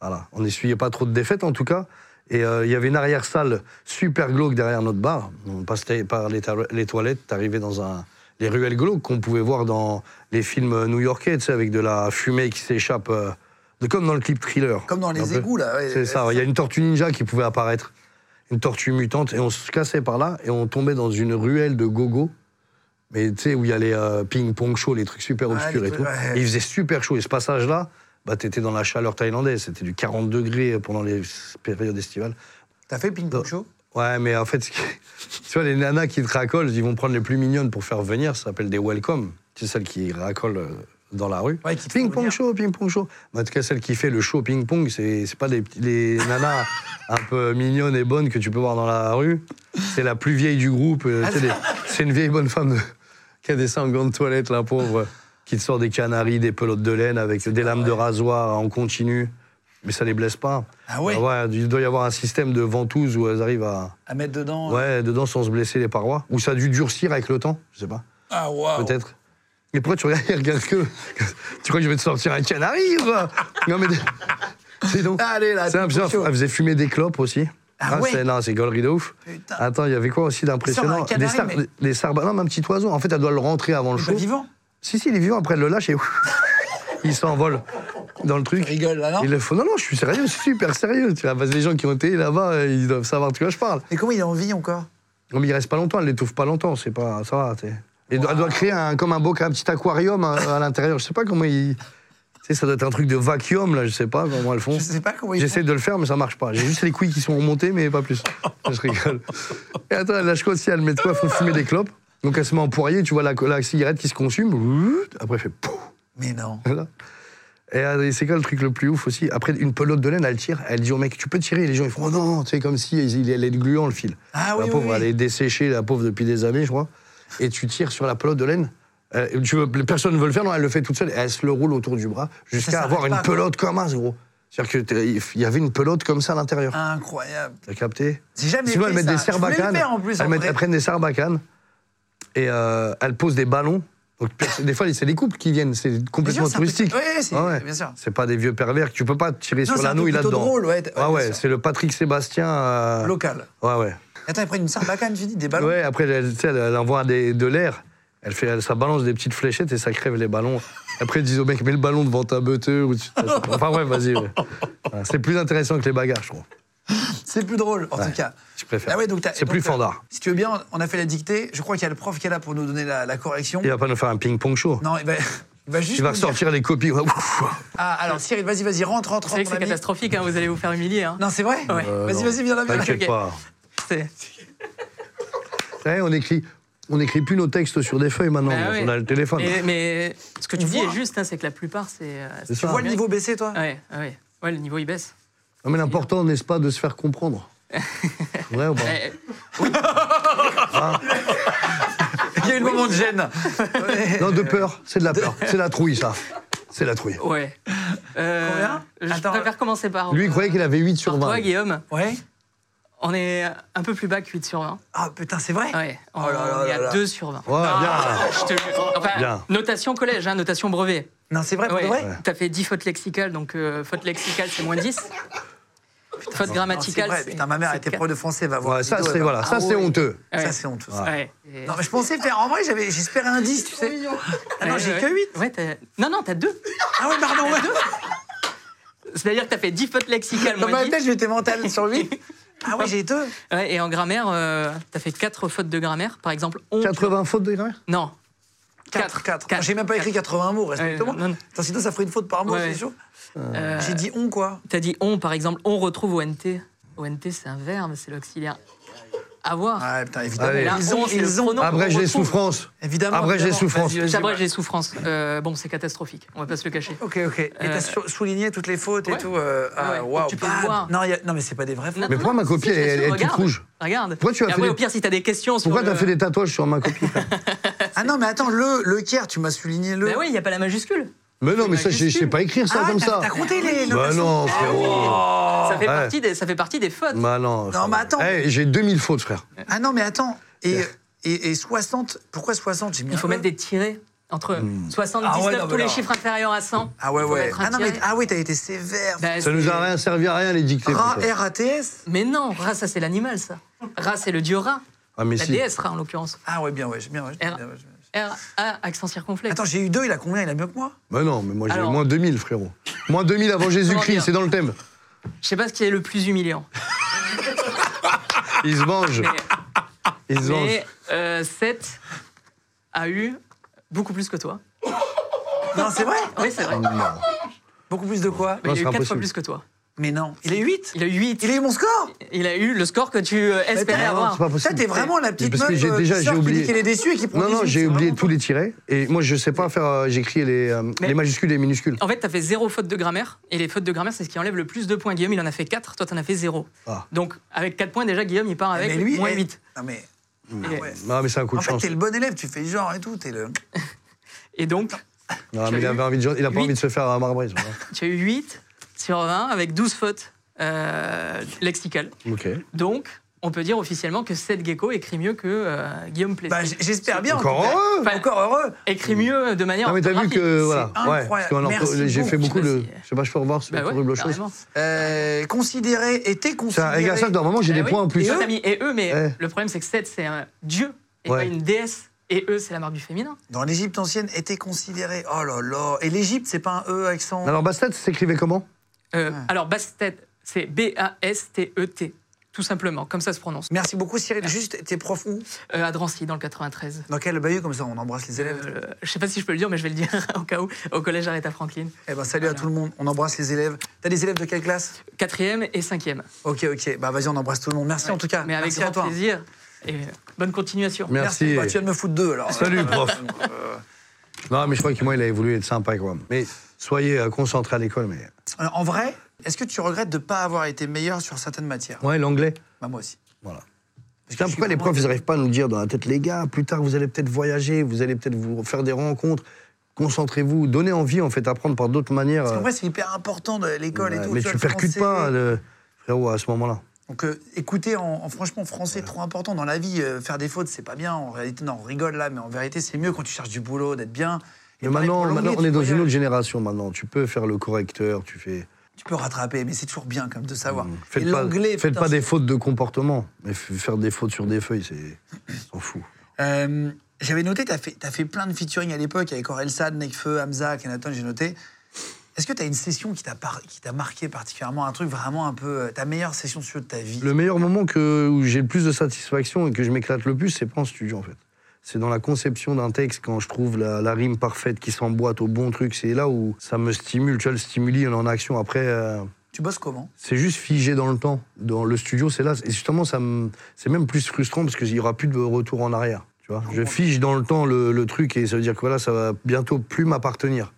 S3: voilà. On n'essuyait pas trop de défaites, en tout cas. Et euh, il y avait une arrière-salle super glauque derrière notre bar. On passait par les, ta- les toilettes, t'arrivais dans un... Les ruelles glauques qu'on pouvait voir dans les films new-yorkais, tu sais, avec de la fumée qui s'échappe, euh, de, comme dans le clip Thriller.
S4: Comme dans
S3: Un
S4: les
S3: peu.
S4: égouts, là. ouais.
S3: C'est ça, ouais. il y a une tortue ninja qui pouvait apparaître, une tortue mutante, et on se cassait par là, et on tombait dans une ruelle de gogo, mais tu sais, où il y a les euh, ping-pong chauds, les trucs super
S4: Ouais,
S3: obscurs
S4: les
S3: et tout.
S4: trucs, ouais.
S3: Et il faisait super chaud, et ce passage-là, bah, t'étais dans la chaleur thaïlandaise, c'était du 40 degrés pendant les périodes estivales.
S4: T'as fait ping-pong show
S3: Ouais, mais en fait, ce qui- tu vois, les nanas qui te racolent, ils vont prendre les plus mignonnes pour faire venir, ça s'appelle des welcome. C'est celles qui racolent euh, dans la rue.
S4: Ouais, qui te font
S3: ping pong
S4: venir.
S3: show, ping pong show. Mais en tout cas, celle qui fait le show ping pong, c'est c'est pas des petits- les nanas un peu mignonnes et bonnes que tu peux voir dans la rue. C'est la plus vieille du groupe. euh, tu sais,
S4: Ah,
S3: des- C'est une vieille bonne femme de- qui a des sanglants de toilette, la pauvre, qui te sort des canaries, des pelotes de laine avec des lames de rasoir en continu. Mais ça les blesse pas. Bah
S4: Ah ouais
S3: Il doit y avoir un système de ventouses où elles arrivent à.
S4: À mettre dedans euh,
S3: Ouais, dedans sans se blesser les parois. Ou ça a dû durcir avec le temps, je sais pas,
S4: Ah, waouh
S3: peut-être. Mais pourquoi tu regardes, il regarde que. Tu crois que je vais te sortir un canari ou quoi Non mais. C'est donc.
S4: Allez, là,
S3: C'est un Ah,
S4: ping-pong
S3: bizarre,
S4: show.
S3: Elle faisait fumer des clopes aussi.
S4: Ah ouais
S3: c'est, non, c'est gaulerie de ouf.
S4: Putain.
S3: Attends, il y avait quoi aussi d'impressionnant
S4: Sors un
S3: Des
S4: canari,
S3: sar-
S4: mais-
S3: des sarbas. Non, mais un petit oiseau. En fait, elle doit le rentrer avant le
S4: Il est
S3: show.
S4: pas vivant
S3: Si, si, il est vivant. Après, elle le lâche et. il s'envole dans le truc.
S4: Tu rigoles, là, non
S3: Il le faut. Non, non, je suis sérieux, super sérieux. Tu vois, parce que les gens qui ont été là-bas, euh, ils doivent savoir de quoi je parle.
S4: Mais comment il est en vie encore
S3: Non, mais il reste pas longtemps, elle l'étouffe pas longtemps, c'est pas. Ça va, tu sais. Et Elle doit créer un, comme un, beau, un petit aquarium hein, à, à l'intérieur. Je sais pas comment il. Tu sais, ça doit être un truc de vacuum, là, je sais pas comment elles font.
S4: Je sais pas comment il
S3: J'essaie de le faire, mais ça marche pas. J'ai juste les couilles qui sont remontées, mais pas plus. Je rigole. Et attends, elle lâche quoi aussi Elle met quoi Elles font fumer des clopes. Donc elle se met en poirier, tu vois la, la cigarette qui se consume. Après, elle fait pouf.
S4: Mais non.
S3: Voilà. Et euh, c'est quoi le truc le plus ouf aussi Après, une pelote de laine, elle tire, elle dit au mec, tu peux tirer Et Les gens, ils font, oh non, tu sais, comme si il, il- elle est gluant le fil.
S4: Ah
S3: la
S4: oui,
S3: Bah, pauvre,
S4: oui,
S3: elle
S4: oui.
S3: est desséchée, la pauvre, depuis des années, je crois. Et tu tires sur la pelote de laine. Euh, tu veux, personne ne veut le faire, non, elle le fait toute seule. Et elle se le roule autour du bras jusqu'à
S4: s'arrête
S3: avoir une
S4: pas, quoi.
S3: pelote comme as, gros. C'est-à-dire qu'il y avait une pelote comme ça à l'intérieur.
S4: Incroyable.
S3: T'as capté
S4: J'ai jamais
S3: Sinon,
S4: Ah. fait
S3: elles mettent
S4: ça.
S3: des
S4: Je voulais le
S3: serbacanes.
S4: faire, en plus,
S3: elles,
S4: en
S3: mettent-
S4: vrai.
S3: elles prennent des serbacanes et euh, elles posent des ballons. Donc, perso- des fois, c'est les couples qui viennent, c'est
S4: Bien
S3: complètement
S4: sûr, c'est un
S3: touristique.
S4: petit- ouais, c'est-
S3: Ah
S4: bien sûr.
S3: C'est pas des vieux pervers, que tu peux pas tirer
S4: Non,
S3: sur
S4: c'est un
S3: l'anouille
S4: truc plutôt
S3: là-dedans.
S4: drôle, ouais, ouais,
S3: ah
S4: bien
S3: ouais,
S4: sûr.
S3: c'est le Patrick Sébastien. euh,
S4: Local.
S3: Ouais, ouais.
S4: Attends, ils prennent une sarbacane, tu dis, des ballons.
S3: Ouais, après, elle, tu sais, elle- elle envoie des- de l'air. Elle fait, elle- ça balance des petites fléchettes et ça crève les ballons. Après, ils disent au mec, mets le ballon devant ta beuteux. Ou tu- Enfin, ouais, vas-y. ouais. Voilà, C'est plus intéressant que les bagarres, je trouve.
S4: C'est plus drôle, en tout cas.
S3: Je préfère.
S4: Ah ouais, donc t'as-
S3: c'est
S4: donc,
S3: plus
S4: euh,
S3: fandard.
S4: Si tu veux bien, on a fait la dictée. Je crois qu'il y a le prof qui est là pour nous donner la, la correction.
S3: Il va pas nous faire un ping-pong show.
S4: Non, il va, il va juste.
S3: Il va
S4: nous dire-
S3: ressortir les copies.
S4: Ah, alors Cyril, vas-y, vas-y, rentre, rentre,
S5: Vous
S4: rentre.
S5: savez que
S4: mon
S5: c'est
S4: ami.
S5: catastrophique, hein, vous allez vous faire humilier. Hein.
S4: Non, c'est vrai
S5: Ouais. Euh,
S4: Vas-y,
S3: non.
S4: vas-y, viens là, viens là.
S3: T'inquiète
S5: ok.
S3: pas.
S5: C'est-
S3: Ouais, on écrit, on écrit plus nos textes sur des feuilles maintenant.
S5: Bah ouais.
S3: on a le téléphone.
S5: Et- mais ce que tu
S4: On
S5: dis
S4: voit.
S5: est juste, hein, c'est que la plupart, c'est. euh, c'est
S4: Tu
S3: ça.
S4: vois le niveau baisser, toi
S5: Ouais, ouais, ouais, le niveau il baisse.
S3: Non, mais l'important, n'est-ce pas, de se faire comprendre Ouais, ou pas
S5: Eh,
S4: Il y a eu le moment de gêne. Ouais.
S3: Non, de peur. C'est de la peur. C'est la trouille, ça. C'est la trouille.
S5: eh, ouais. Euh,
S4: Combien
S5: Je
S4: Attends.
S5: préfère commencer par.
S3: Lui, il croyait qu'il avait 8
S5: par
S3: sur
S5: toi,
S3: 20.
S5: Guillaume.
S4: Ouais.
S5: On est un peu plus bas que 8 sur 20.
S4: Ah putain, c'est vrai
S5: Ouais, on,
S4: Oh là là
S5: est
S4: là là.
S5: à 2 sur 20.
S3: Ouais, bien.
S5: Je te jure. Enfin,
S3: Bien.
S5: notation collège, hein, notation brevet.
S4: Non, c'est vrai, pour
S5: Ouais,
S4: de vrai
S5: T'as fait 10 fautes lexicales, donc euh, faute lexicale c'est moins 10. faute
S4: Non, c'est
S5: grammaticale.
S4: vrai.
S5: c'est-
S4: Putain, ma mère
S5: c'est
S4: était
S5: quatre.
S4: prof de français, va voir.
S3: Ouais, ça,
S4: vidéo,
S3: c'est
S4: elle va-
S3: voilà, ça,
S4: Ah
S3: c'est
S4: ouais.
S3: honteux.
S5: Ouais.
S4: Ça, c'est honteux. ça.
S5: Ouais. Et-
S4: Non, mais je pensais faire. En vrai, j'avais... j'espérais un 10, tu sais. Ah non,
S5: Ouais,
S4: j'ai
S5: Euh, ouais.
S4: que 8.
S5: Ouais, t'as- non, non, t'as 2.
S4: Ah ouais, pardon, ouais.
S5: C'est-à-dire que t'as fait 10 fautes lexicales,
S4: Dans ma
S5: moins 10.
S4: tête, j'étais mental sur 8. Ah ouais, j'ai deux.
S5: Ouais, et en grammaire, euh, t'as fait 4 fautes de grammaire. Par exemple, on.
S3: 80 fautes de grammaire
S5: Non.
S4: 4, 4.
S5: Quatre.
S4: J'ai même pas écrit 80 mots, respectement.
S5: Ouais, non, non.
S4: Attends, sinon, ça ferait une faute par mot,
S5: Ouais, ouais.
S4: c'est chaud.
S5: Euh,
S4: J'ai dit on, quoi.
S5: T'as dit on, par exemple, on retrouve ONT. ONT, c'est un verbe, c'est l'auxiliaire à voir.
S4: Ah, putain, évidemment.
S3: Allez.
S4: Ils ont,
S5: Là, on-
S4: ils ont. Ah,
S5: Non,
S3: Abrège
S5: on
S3: les
S5: retrouve.
S3: souffrances.
S4: Évidemment.
S3: Abrège les
S4: évidemment.
S3: souffrances.
S4: Vas-y, vas-y.
S5: J'abrège les souffrances. Euh, bon, c'est catastrophique, on va pas se le cacher.
S4: Ok, ok. Et t'as
S5: Euh,
S4: sou- souligné toutes les fautes et
S5: ouais.
S4: tout. euh, ah,
S5: ouais.
S4: waouh.
S5: Tu peux
S4: bam.
S5: le voir.
S4: Non, il y a- non, mais c'est pas des vraies fautes.
S5: Non,
S3: Mais pourquoi ma copie,
S5: si, si,
S3: elle-
S5: si,
S3: elle est toute
S5: regarde,
S3: rouge
S5: Regarde.
S3: Pourquoi tu as
S5: Et
S3: fait
S5: après,
S3: des-
S5: au pire, si t'as des questions sur
S3: Pourquoi
S5: le-
S3: t'as fait des tatouages sur ma copie frère
S4: Ah non, mais attends, le, le Caire, tu m'as souligné le.
S5: Bah oui, il n'y a pas la majuscule.
S3: Mais non, mais ça, je
S5: majuscule.
S3: je sais pas écrire ça
S4: Ah,
S3: comme
S4: t'as-
S3: ça.
S4: T'as compté les. Ah,
S3: Bah
S4: notations
S3: non, frérot.
S5: ça, fait
S3: ouais.
S5: partie des, ça fait partie des fautes.
S3: Bah non. frérot.
S4: mais attends.
S3: Eh, J'ai 2000 fautes, frère.
S4: Ah non, mais attends. Et, et, et 60. Pourquoi 60 J'ai mis
S5: Il faut
S4: un
S5: mettre
S4: E.
S5: des tirés entre 79,
S4: Ah ouais, non, mais
S5: tous les
S4: là-
S5: chiffres inférieurs à 100.
S4: Ah ouais,
S5: il faut
S4: ouais.
S5: mettre un
S4: Ah non, mais.
S5: tiret.
S4: Ah oui, t'as été sévère.
S5: Bah,
S3: Ça nous
S5: c'est-
S3: a rien servi à rien, les dictées.
S4: Ra,
S3: plutôt.
S4: R-A-T-S
S5: Mais non, Ra, ça c'est l'animal, ça. Ra, c'est le dieu Ra.
S3: Ah, mais
S5: La
S3: si.
S5: déesse Ra, en l'occurrence.
S4: Ah ouais, bien, ouais. j'ai Bien, ouais, j'ai
S5: R.
S4: bien, ouais, j'ai bien.
S5: R, A, accent circonflexe.
S4: Attends, j'ai eu deux, il a combien Il a mieux que moi
S3: Bah non, mais moi, j'ai
S5: Alors-
S3: moins 2000, frérot. Moins 2000 avant Jésus-Christ,
S5: dire
S3: c'est dans le thème.
S5: Je sais pas ce qui est le plus humiliant.
S3: Ils se vengent.
S5: Mais-
S3: Ils se vengent.
S5: Mais euh, 7 a eu beaucoup plus que toi.
S4: Non, c'est vrai
S5: Oui, c'est vrai.
S4: Beaucoup plus de quoi
S3: Non,
S5: Mais il
S3: Ah, c'est
S5: a eu 4 fois
S3: impossible.
S5: plus que toi.
S4: Mais non. Il a eu 8
S5: Il a eu 8.
S4: Il a eu mon score
S5: Il a eu le score que tu euh, espérais
S4: t'as-
S5: avoir.
S3: C'est pas
S4: Ça,
S3: possible.
S4: t'es vraiment la petite
S3: Parce que
S4: meuf
S3: j'ai
S4: euh,
S3: déjà-
S4: qui
S3: j'ai
S4: sort, qui dit
S3: oublié.
S4: qu'elle est déçue et qui prend
S3: Non, non,
S4: 18,
S3: j'ai
S4: c'est
S3: oublié
S4: vraiment
S3: tous les tirets. Et moi, je sais pas faire. euh, J'écris les, euh,
S5: Mais-
S3: les majuscules et les minuscules.
S5: En fait, t'as fait zéro faute de grammaire. Et les fautes de grammaire, c'est ce qui enlève le plus de points. Guillaume, il en a fait 4. Toi, t'en as fait 0.
S3: Ah.
S5: Donc, avec 4 points, déjà, Guillaume, il part avec
S4: Mais lui,
S5: moins
S4: eh,
S5: 8.
S4: Non, mais.
S5: Et,
S4: ouais.
S3: Non, mais c'est un coup
S4: En
S3: de
S4: fait,
S3: chance.
S4: t'es le bon élève, tu fais genre et tout, t'es le.
S5: et donc,
S3: Non,
S5: Tu
S3: mais il,
S5: as
S3: avait envie de- il a pas
S5: huit.
S3: envie de se faire euh, marbrer. ça.
S5: tu as eu 8 sur 20 avec 12 fautes euh, lexicales.
S3: ok.
S5: Donc, on peut dire officiellement que Seth Gecko écrit mieux que euh, Guillaume Plessis.
S4: Bah, j- j'espère bien. en tout
S3: Encore
S4: cas.
S3: heureux
S4: Enfin, Encore heureux
S5: écrit mieux de manière.
S3: Non, mais t'as vu
S5: orthographique.
S3: que. Voilà.
S4: c'est
S3: Ouais. parce qu'on en-
S4: incroyable.
S3: J'ai
S4: Merci
S3: fait beaucoup
S5: beaucoup.
S3: de. Je sais pas, je peux revoir ce
S5: Bah ouais,
S3: horrible chose.
S5: carrément.
S4: Euh, Considéré, était
S3: Ça,
S4: considéré.
S3: regarde ça, normalement, j'ai
S5: Bah
S3: des
S5: oui.
S3: points en plus.
S5: Et eux, t'as mis et eux, mais
S3: Ouais.
S5: le problème, c'est que Seth, c'est un dieu et
S3: Ouais.
S5: pas une déesse. Et eux, c'est la marque du féminin.
S4: Dans l'Égypte ancienne, était considéré. Oh là là. Et l'Égypte, c'est pas un E accent.
S3: Alors, Bastet, s'écrivait comment
S5: Euh, Alors, Bastet, c'est B-A-S-T-E-T, E tout simplement, comme ça se prononce.
S4: Merci beaucoup, Cyril. Juste, t'es prof où
S5: Euh, à Drancy, dans le 93.
S4: Dans quel bahut Comme ça, on embrasse les élèves.
S5: Euh, je sais pas si je peux le dire, mais je vais le dire au cas où, au collège Aretha Franklin.
S4: Eh ben, salut à tout le monde. On embrasse les élèves. T'as des élèves de quelle classe
S5: Quatrième et cinquième.
S4: Ok, ok. Bah, vas-y, on embrasse tout le monde. Merci en tout cas.
S5: Mais avec
S4: Merci
S5: grand
S4: à toi.
S5: plaisir. Et euh, bonne continuation.
S3: Merci.
S4: Bah, tu viens de me foutre deux, alors. Euh,
S3: Salut, prof. Non, mais je crois que moi, il avait voulu être sympa, quoi. Mais soyez euh, concentrés à l'école, mais.
S4: Euh, En vrai, est-ce que tu regrettes de ne pas avoir été meilleur sur certaines matières
S3: Ouais, l'anglais.
S4: Bah, moi aussi.
S3: Voilà.
S4: Parce que
S3: Putain,
S4: je suis
S3: pourquoi les
S4: vraiment-
S3: profs, ils n'arrivent pas à nous dire dans la tête, les gars, plus tard, vous allez peut-être voyager, vous allez peut-être vous faire des rencontres, concentrez-vous, donnez envie, en fait, apprendre par d'autres manières.
S4: Parce qu'en
S3: euh,
S4: vrai, c'est hyper important de l'école et
S3: ouais,
S4: tout.
S3: mais
S4: vois,
S3: tu
S4: le
S3: percutes
S4: français.
S3: pas, le- frérot, à ce moment-là.
S4: Donc, euh, écoutez, en, en- franchement, français, trop important dans la vie. euh, faire des fautes, c'est pas bien. En réalité, non, on rigole là, mais en vérité, c'est mieux quand tu cherches du boulot, d'être bien. Et
S3: Mais
S4: pareil pour
S3: maintenant,
S4: l'anglais,
S3: maintenant,
S4: tu
S3: on est dans
S4: voyages.
S3: une autre génération, maintenant. Tu peux faire le correcteur, tu fais. hum,
S4: Tu peux rattraper, mais c'est toujours bien quand même de savoir. Et
S3: Mmh, Faites pas,
S4: l'anglais.
S3: faites
S4: putain,
S3: pas
S4: c'est-
S3: des fautes de comportement, mais f- faire des fautes sur des feuilles, c'est. On s'en fout.
S4: Euh, J'avais noté, t'as fait, t'as fait plein de featuring à l'époque avec Orelsan, Nekfeu, Hamza, Kenaton, j'ai noté. Est-ce que t'as une session qui t'a par- qui t'a marqué particulièrement Un truc vraiment un peu. euh, Ta meilleure session sur de ta vie
S3: Le meilleur moment que, où j'ai le plus de satisfaction et que je m'éclate le plus, c'est pas en studio en fait. C'est dans la conception d'un texte quand je trouve la, la rime parfaite qui s'emboîte au bon truc. C'est là où ça me stimule. Tu vois, le stimuli, on est en action. Après, euh,
S4: Tu bosses comment
S3: c'est juste figé dans le temps. Dans le studio, c'est là. Et justement, ça me- c'est même plus frustrant parce qu'il n'y aura plus de retour en arrière. Tu vois, je fige dans le temps le, le truc et ça veut dire que voilà, ça va bientôt plus m'appartenir.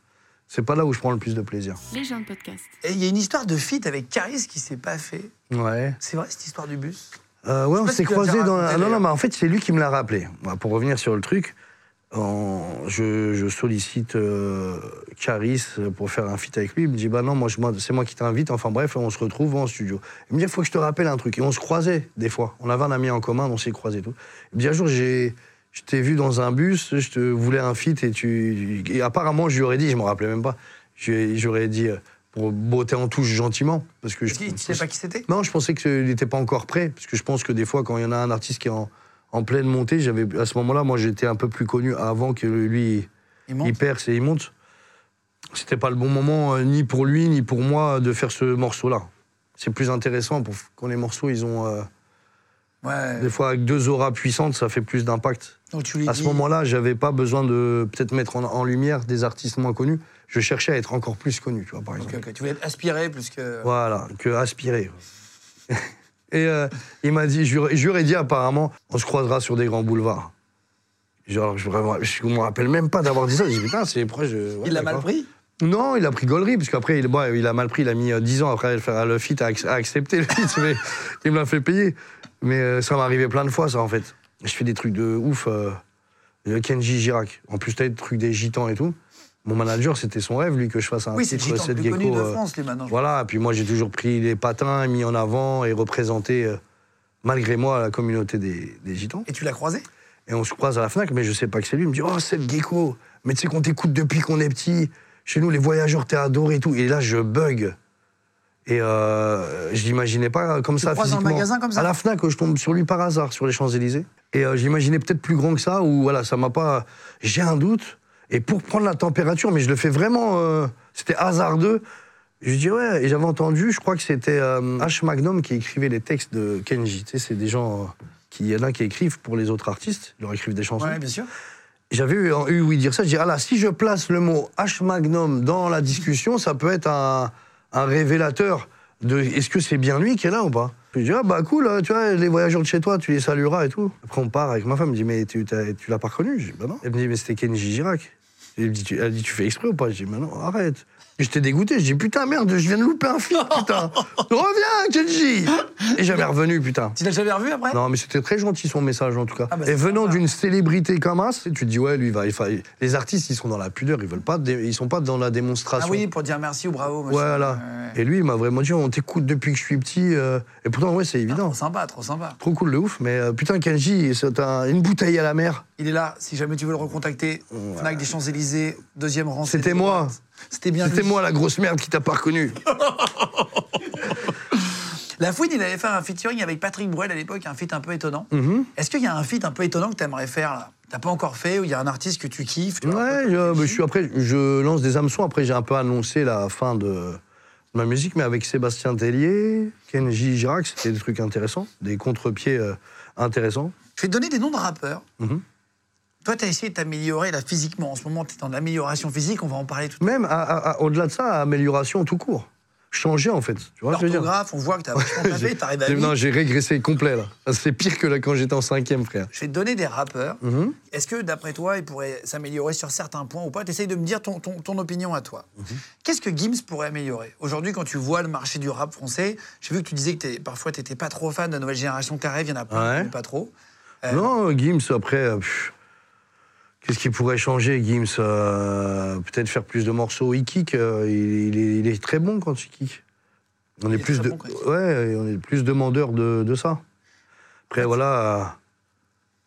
S3: C'est pas là où je prends le plus de plaisir.
S6: Les gens de podcast.
S4: Et il y a une histoire de feat avec Caris qui s'est pas fait.
S3: Ouais.
S4: C'est vrai cette histoire du bus
S3: Euh, ouais,
S4: Je sais
S3: on
S4: pas si tu
S3: s'est
S4: l'as
S3: croisés
S4: déjà
S3: dans. la-
S4: raconté,
S3: Ah, non, non,
S4: d'ailleurs.
S3: mais en fait, c'est lui qui me l'a rappelé. Bah, Pour revenir sur le truc, en- je, je sollicite euh, Caris pour faire un feat avec lui. Il me dit Bah non, moi, je- moi, c'est moi qui t'invite. Enfin bref, on se retrouve en studio. Il me dit Il faut que je te rappelle un truc. Et on se croisait des fois. On avait un ami en commun, on s'est croisés et tout. Il me dit Un jour, j'ai. Je t'ai vu dans un bus, je te voulais un feat et tu. et apparemment, je lui aurais dit, je me rappelais même pas. Je- J'aurais dit, euh, pour beauté en touche gentiment, parce que je.
S4: Tu tu sais pas qui c'était
S3: Non, je pensais qu'il n'était pas encore prêt, parce que je pense que des fois, quand il y en a un artiste qui est en, en pleine montée, j'avais à ce moment-là, moi, j'étais un peu plus connu avant que lui,
S4: Il
S3: il
S4: monte.
S3: perce et il monte. C'était pas le bon moment, euh, ni pour lui, ni pour moi, de faire ce morceau-là. C'est plus intéressant pour quand les morceaux, ils ont euh,
S4: Ouais.
S3: des fois avec deux auras puissantes, ça fait plus d'impact.
S4: Donc tu lui
S3: À ce
S4: dis-
S3: moment-là, j'avais pas besoin de peut-être mettre en, en lumière des artistes moins connus. Je cherchais à être encore plus connu, tu vois, par exemple.
S4: Ok, ok, Tu voulais être aspiré plus que.
S3: Voilà, que aspirer. Et euh, il m'a dit, je lui- je lui ai dit apparemment, on se croisera sur des grands boulevards. Genre, je, vraiment, je me rappelle même pas d'avoir dit ça. J'ai dit, putain, c'est pourquoi je. ouais,
S4: Il l'a mal
S3: d'accord.
S4: pris
S3: Non, il a pris Gollery, parce qu'après, il, bon, il a mal pris, il a mis euh, 10 ans après à le faire à le fit, à, ac- à accepter le fit, mais il me l'a fait payer. Mais euh, ça m'est arrivé plein de fois, ça, en fait. Je fais des trucs de ouf. euh, le Kenji Girac. En plus, t'as des trucs des gitans et tout. Mon manager, c'était son rêve, lui, que je fasse un
S4: Oui, c'est le
S3: titre
S4: gitan le
S3: Seth
S4: plus connu
S3: Gecko,
S4: de
S3: euh,
S4: France, lui, maintenant.
S3: voilà, et puis moi j'ai toujours pris les patins, mis en avant et représenté, euh, malgré moi, la communauté des, des gitans.
S4: Et tu l'as croisé
S3: Et on se croise à la FNAC, mais je sais pas que c'est lui. Il me dit « Oh, Seb Gecko, mais tu sais qu'on t'écoute depuis qu'on est petit. Chez nous, les voyageurs, t'es adoré et tout. » Et là, je bug. Et euh, je l'imaginais pas comme
S4: Tu
S3: ça
S4: le croises dans le
S3: physiquement.
S4: magasin comme ça
S3: À la FNAC, euh, je tombe sur lui par hasard, sur les Champs-Élysées. Et euh, je l'imaginais peut-être plus grand que ça, ou voilà, ça m'a pas... J'ai un doute. Et pour prendre la température, mais je le fais vraiment... euh, C'était hasardeux. Je dis ouais, et j'avais entendu, je crois que c'était euh, H. Magnum qui écrivait les textes de Kenji. Tu sais, c'est des gens euh, qui, il y en a qui écrivent pour les autres artistes, ils leur écrivent des chansons.
S4: Ouais, bien sûr.
S3: J'avais eu, eu oui dire ça, je dis ah là, si je place le mot H. Magnum dans la discussion, ça peut être un, un révélateur de est-ce que c'est bien lui qui est là ou pas. Je dis ah bah cool, euh, tu vois, les voyageurs de chez toi, tu les salueras et tout. Après on part avec ma femme, elle me dit mais tu, t'as- tu l'as pas reconnu Je dis bah non. Elle me dit mais c'était Kenji Girac. Elle me dit, tu, elle dit, tu fais exprès ou pas Je dis, mais non, arrête. Et J'étais dégoûté. Je dis, putain, merde, je viens de louper un film, putain. Reviens, Kenji Et jamais revenu, putain.
S4: Tu l'as jamais revu après
S3: Non, mais c'était très gentil son message en tout cas.
S4: Ah bah,
S3: et
S4: c'est
S3: venant
S4: sympa.
S3: d'une célébrité comme As, tu te dis ouais, lui il va. il fa- les artistes, ils sont dans la pudeur, ils veulent pas, dé- ils sont pas dans la démonstration.
S4: Ah oui, pour dire merci ou bravo. machin.
S3: voilà.
S4: Ouais, ouais.
S3: Et lui, il m'a vraiment dit, on t'écoute depuis que je suis petit. euh, Et pourtant, ouais, c'est évident.
S4: Ah, Trop sympa, trop sympa.
S3: Trop cool de ouf, mais euh, putain, Kenji, c'est un- une bouteille à la mer.
S4: Il est là, si jamais tu veux le recontacter. Fnac des Champs-Élysées, deuxième rang.
S3: C'était
S4: c'est
S3: moi.
S4: droite. C'était bien
S3: C'était
S4: lui.
S3: moi la grosse merde qui t'a pas reconnu.
S4: La Fouine, il avait fait un featuring avec Patrick Bruel à l'époque, un feat un peu étonnant.
S3: Mhm.
S4: Est-ce qu'il y a un feat un peu étonnant que tu aimerais faire là T'as pas encore fait ou il y a un artiste que tu kiffes tu vois,
S3: Ouais, euh, bah, je, mais je suis après, je lance des hameçons. Après, j'ai un peu annoncé la fin de ma musique, mais avec Sébastien Tellier, Kenji Girac, c'était des trucs intéressants, des contre-pieds euh, intéressants.
S4: Je vais te donner des noms de rappeurs.
S3: Mhm.
S4: Toi, tu as essayé de t'améliorer là physiquement. En ce moment, tu es dans l'amélioration physique, on va en parler tout à
S3: Même à- à- à- au-delà de ça, amélioration tout court. Changer, en fait. Tu vois
S4: l'heure.
S3: ce que je veux dire
S4: L'orthographe, on voit que tu as vachement tapé, tu arrives à
S3: J'ai-
S4: huit.
S3: Non, j'ai régressé complet, là. C'est pire que là, quand j'étais en cinquième, frère.
S4: Je vais te donner des rappeurs.
S3: Mhm.
S4: Est-ce que, d'après toi, ils pourraient s'améliorer sur certains points ou pas T'essayes de me dire ton, ton- ton opinion à toi.
S3: Mhm.
S4: Qu'est-ce que Gims pourrait améliorer Aujourd'hui, quand tu vois le marché du rap français, j'ai vu que tu disais que t'es- parfois, tu n'étais pas trop fan de la nouvelle génération qui arrive, il y en a plein qui
S3: Ouais.
S4: n'aiment pas trop. Euh,
S3: Non, Gims, après... euh, pff, Qu'est-ce qui pourrait changer, Gims Euh, Peut-être faire plus de morceaux. Il kick, euh, il, il est, il est très bon quand il kick. On est,
S4: est
S3: plus
S4: très
S3: de,
S4: bon quand il kick.
S3: ouais, on est plus demandeur de, de ça. Après, voilà, euh,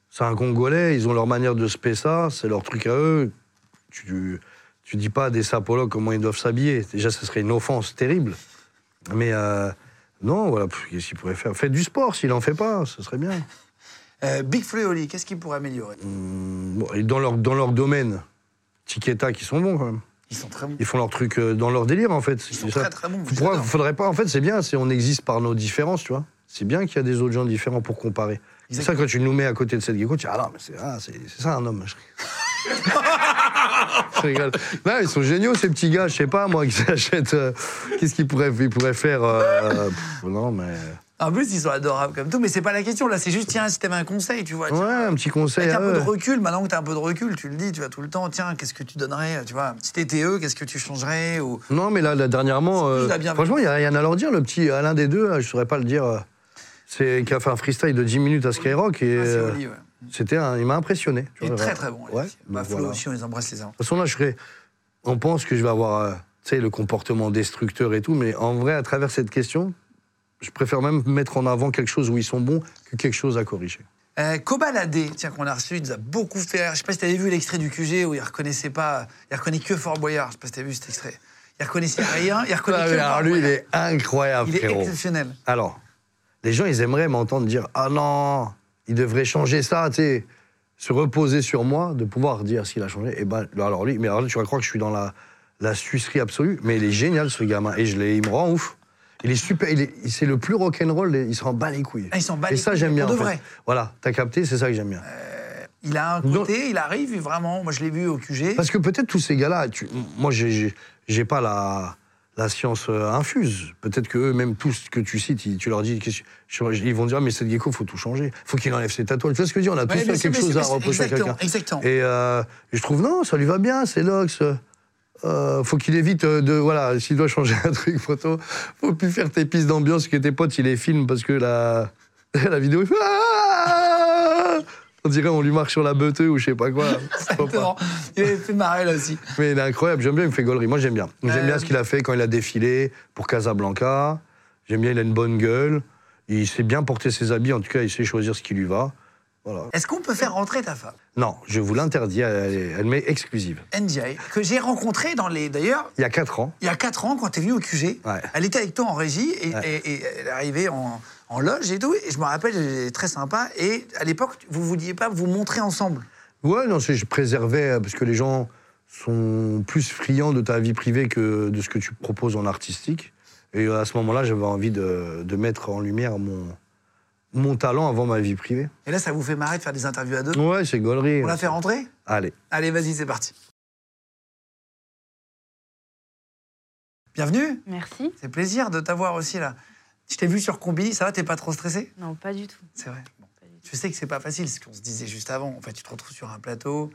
S3: c'est un Congolais, ils ont leur manière de se payer ça, c'est leur truc à eux. Tu, tu dis pas à des sapologues comment ils doivent s'habiller. Déjà, ce serait une offense terrible. Mais euh, non, voilà, pff, qu'est-ce qu'il pourrait faire Faites du sport, s'il en fait pas, ce serait bien.
S4: Euh, Big Flo et Oli, qu'est-ce qu'ils pourraient améliorer
S3: Mhm. Bon, et dans leur, dans leur domaine, Tiketa, qui sont bons quand même.
S4: Ils sont très bons.
S3: Ils font leur truc euh, dans leur délire en fait.
S4: Ils sont
S3: C'est ça.
S4: très, très bons,
S3: Faut-
S4: j'adore.
S3: pourquoi- faudrait pas. En fait, c'est bien. C'est on existe par nos différences, tu vois. C'est bien qu'il y a des autres gens différents pour comparer. C'est ça quand tu nous mets à côté de cette gecko, tu dis ah non mais c'est ah, c'est c'est ça un homme. Je rigole. Non, ils sont géniaux ces petits gars. Je sais pas moi qui s'achètent. euh, Qu'est-ce qu'ils pourraient ils pourraient faire euh, pff, Non mais
S4: En plus, ils sont adorables comme tout, mais c'est pas la question. Là, c'est juste, tiens, si t'avais un conseil, tu vois. Bah, tiens,
S3: ouais un petit conseil.
S4: Avec un
S3: à
S4: peu de
S3: eux.
S4: recul, maintenant que t'as un peu de recul, tu le dis, tu vas tout le temps, tiens, qu'est-ce que tu donnerais, tu vois Si t'étais eux, qu'est-ce que tu changerais ou...
S3: Non, mais là, là, dernièrement,
S4: C'est plus
S3: euh,
S4: la bienveillance.
S3: franchement, il n'y a rien à leur dire. Le petit euh, l'un des deux, là, je ne saurais pas le dire, euh, c'est qui a fait un freestyle de 10 minutes à Skyrock et
S4: Ah, c'est
S3: euh,
S4: Oli, ouais.
S3: c'était, un- il m'a impressionné. tu
S4: Il est
S3: vois,
S4: très
S3: voilà.
S4: très bon.
S3: Ouais,
S4: Alexis. Bah,
S3: donc
S4: Flo
S3: voilà.
S4: aussi, on les embrasse les uns.
S3: De toute façon, là, je serais. On pense que je vais avoir euh, tu sais, le comportement destructeur et tout, mais en vrai, à travers cette question, je préfère même mettre en avant quelque chose où ils sont bons que quelque chose à corriger.
S4: Euh, Kobalade, tiens, qu'on a reçu, il nous a beaucoup fait. Je sais pas si t'avais vu l'extrait du QG où il reconnaissait pas. Il reconnaît que Fort Boyard. Je sais pas si t'as vu cet extrait. Il reconnaissait rien, il reconnaît
S3: Ah,
S4: que
S3: mais
S4: Fort
S3: alors, lui, il
S4: Boyard.
S3: est incroyable,
S4: Il est
S3: frérot.
S4: exceptionnel.
S3: Alors, les gens, ils aimeraient m'entendre dire Ah non, il devrait changer ça, tu sais, se reposer sur moi, de pouvoir dire s'il a changé. Et ben, alors lui, mais alors là, tu vas croire que je suis dans la, la sucerie absolue, mais il est génial, ce gamin, et je l'ai- il me rend ouf. Il est super, il est- il- c'est le plus rock'n'roll, des- il se rend bat les couilles.
S4: Ah, il s'en bat
S3: et
S4: les
S3: ça,
S4: couilles,
S3: j'aime
S4: mais
S3: bien.
S4: pour de
S3: en fait.
S4: vrai.
S3: Voilà, t'as capté, c'est ça que j'aime bien.
S4: Il a un
S3: Non.
S4: côté, il arrive, et vraiment. Moi, je l'ai vu au QG.
S3: Parce que peut-être tous ces gars-là, tu- moi, j'ai- j'ai j'ai pas la, la science euh, infuse. Peut-être que eux-mêmes, tous ce que tu cites, ils- tu leur dis, qu'est-ce que- je- je- ils vont dire, mais cette gecko, faut tout changer. Faut qu'il enlève ses tatouages. Tu vois ce que je veux dire On a tous
S4: Ouais, mais c'est-
S3: quelque
S4: mais
S3: chose
S4: c'est-
S3: à
S4: mais c'est-
S3: reprocher à
S4: Exactement,
S3: quelqu'un.
S4: exactement.
S3: Et euh, je trouve non, ça lui va bien, c'est Lox. Euh, faut qu'il évite euh, de voilà s'il doit changer un truc photo faut plus faire tes pistes d'ambiance que tes potes il les filment parce que la la vidéo il fait, Ah on dirait on lui marche sur la beuteuse ou je sais pas quoi C'est pas
S4: Exactement. Il avait fait marrer là aussi.
S3: mais il est incroyable, j'aime bien, il me fait gaulerie. Moi, j'aime bien. J'aime
S4: Euh,
S3: bien ce qu'il a fait quand il a défilé pour Casablanca. J'aime bien, il a une bonne gueule. Il sait bien porter ses habits, en tout cas, il sait choisir ce qui lui va. Voilà.
S4: Est-ce qu'on peut faire rentrer ta femme,
S3: Non, je vous l'interdis, elle, est- elle m'est exclusive.
S4: NGI, que j'ai rencontrée dans les. D'ailleurs,
S3: Il y a 4 ans,
S4: il y a 4 ans, quand t'es venu au QG,
S3: Ouais.
S4: elle était avec toi en régie et,
S3: Ouais.
S4: et- et elle est arrivée en, en loge et tout. Et je me rappelle, elle est très sympa. Et à l'époque, vous ne vouliez pas vous montrer ensemble.
S3: Ouais, non, c'est- je préservais euh, parce que les gens sont plus friands de ta vie privée que de ce que tu proposes en artistique. Et euh, à ce moment-là, j'avais envie de, de mettre en lumière mon, mon talent avant ma vie privée.
S4: Et là, ça vous fait marrer de faire des interviews à deux.
S3: Ouais, c'est gaulerie.
S4: On la fait rentrer
S3: Allez.
S4: Allez, vas-y, c'est parti. Bienvenue.
S6: Merci.
S4: C'est plaisir de t'avoir aussi là. Je t'ai vu sur Combini, ça va, t'es pas trop stressé
S6: Non, pas du tout.
S4: C'est vrai. Bon.
S6: Pas du tout.
S4: Je sais que c'est pas facile, ce qu'on se disait juste avant. En fait, tu te retrouves sur un plateau.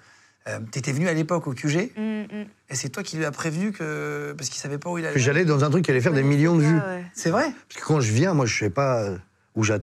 S4: Euh, T'étais venu à l'époque au QG,
S6: Hum, hum.
S4: et c'est toi qui lui as prévenu que. parce qu'il savait pas où il allait.
S3: Puis j'allais dans un truc qui allait faire des millions de
S6: Ah,
S3: vues.
S6: ouais.
S4: C'est vrai
S3: Parce que quand je viens, moi, je sais pas euh, où j'attends.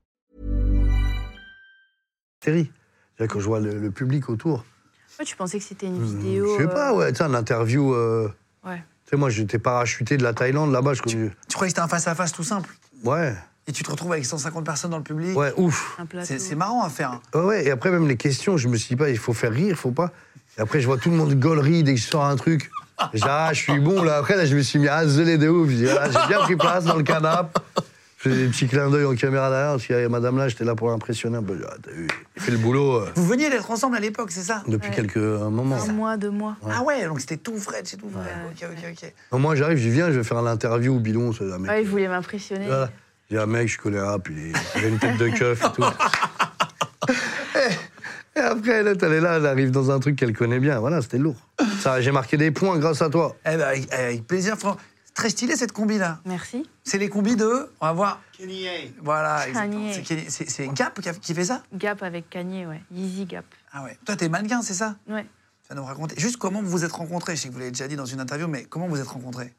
S3: Terry. C'est-à-dire Quand je vois le, le public autour. Hmm,
S6: Moi, tu pensais que c'était une vidéo.
S3: je sais pas,
S6: euh,
S3: ouais, tu sais, un interview. euh,
S6: ouais.
S3: Tu sais, moi, j'étais parachuté de la Thaïlande là-bas. Je...
S4: Tu croyais que c'était un face-à-face tout simple.
S3: Ouais,
S4: Et tu te retrouves avec 150 personnes dans le public.
S3: ouais, ouf.
S6: un plateau.
S4: C'est c'est marrant à faire. hein.
S3: Ouais, ouais, et après, même les questions, je me suis dit pas, il faut faire rire, il faut pas. Et après, je vois tout le monde gaulerie dès que je sors un truc. Je dis, ah, je suis bon, là. Après, là, je me suis mis à zeler de ouf. Je dis, ah, j'ai bien pris place dans le canapé. Je faisais des petits clins d'œil en caméra derrière, parce qu'il y avait madame là, j'étais là pour l'impressionner un peu. Je dis, Ah, t'as vu, il fait le boulot euh,
S4: Vous veniez d'être ensemble à l'époque, c'est ça
S3: depuis
S6: Ouais.
S3: quelques euh, moments.
S6: Un mois, deux mois.
S4: Ah ouais, donc c'était tout frais, c'est tout frais. Ok, ok, ok. Eh
S3: Non, Moi, j'arrive, je viens, je vais faire l'interview au bidon. C'est mec.
S6: Ouais, il voulait m'impressionner.
S3: Voilà. J'ai un mec, je connais un, puis j'ai une tête de keuf et tout. et, et après, l'autre, elle est là, elle arrive dans un truc qu'elle connaît bien. Voilà, c'était lourd. Ça, j'ai marqué des points grâce à toi.
S4: Eh ben, avec, avec plaisir, Fran- C'est Très stylé cette combi là.
S6: Merci.
S4: C'est les combis de. On va voir. Voilà, exactement.
S6: Kanye.
S4: C'est Kenny- C'est c'est Gap qui a- qui fait ça
S6: Gap avec Kanye, ouais. Yeezy Gap.
S4: Ah ouais. Toi, t'es mannequin, c'est ça
S6: Ouais.
S4: Tu vas nous raconter. Juste comment vous vous êtes rencontrés. Je sais que vous l'avez déjà dit dans une interview, mais comment vous vous êtes rencontrés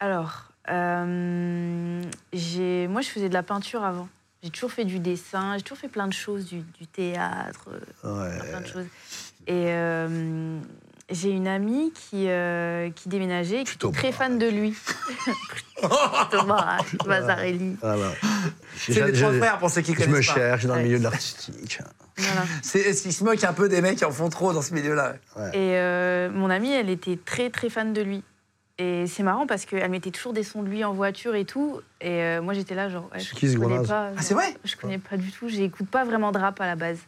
S6: Alors, euh, j'ai- moi, je faisais de la peinture avant. J'ai toujours fait du dessin, j'ai toujours fait plein de choses, du, du théâtre, euh,
S3: Ouais.
S6: plein de choses. Et euh, j'ai une amie qui, euh, qui déménageait, et qui
S3: Plutôt
S6: est très
S3: baraque.
S6: fan de lui. Plutôt baraque, Vasarelli.
S3: Voilà.
S4: C'est les
S3: Je-
S4: trois
S3: je-
S4: frères pour ceux qui
S3: Je me
S4: connaissent pas.
S3: cherche dans le
S6: Ouais.
S3: milieu de l'artistique.
S6: Voilà.
S4: C'est Ils se moquent un peu des mecs qui en font trop dans ce milieu-là.
S6: Et euh, mon amie, elle était très très fan de lui. Et c'est marrant parce qu'elle mettait toujours des sons de lui en voiture et tout. Et euh, moi j'étais là genre, ouais,
S3: C'est
S6: je
S3: qui, ce gros
S6: connais
S3: naze
S6: pas.
S4: Ah, c'est vrai
S6: Je connais pas du tout. J'écoute pas vraiment de rap à la base.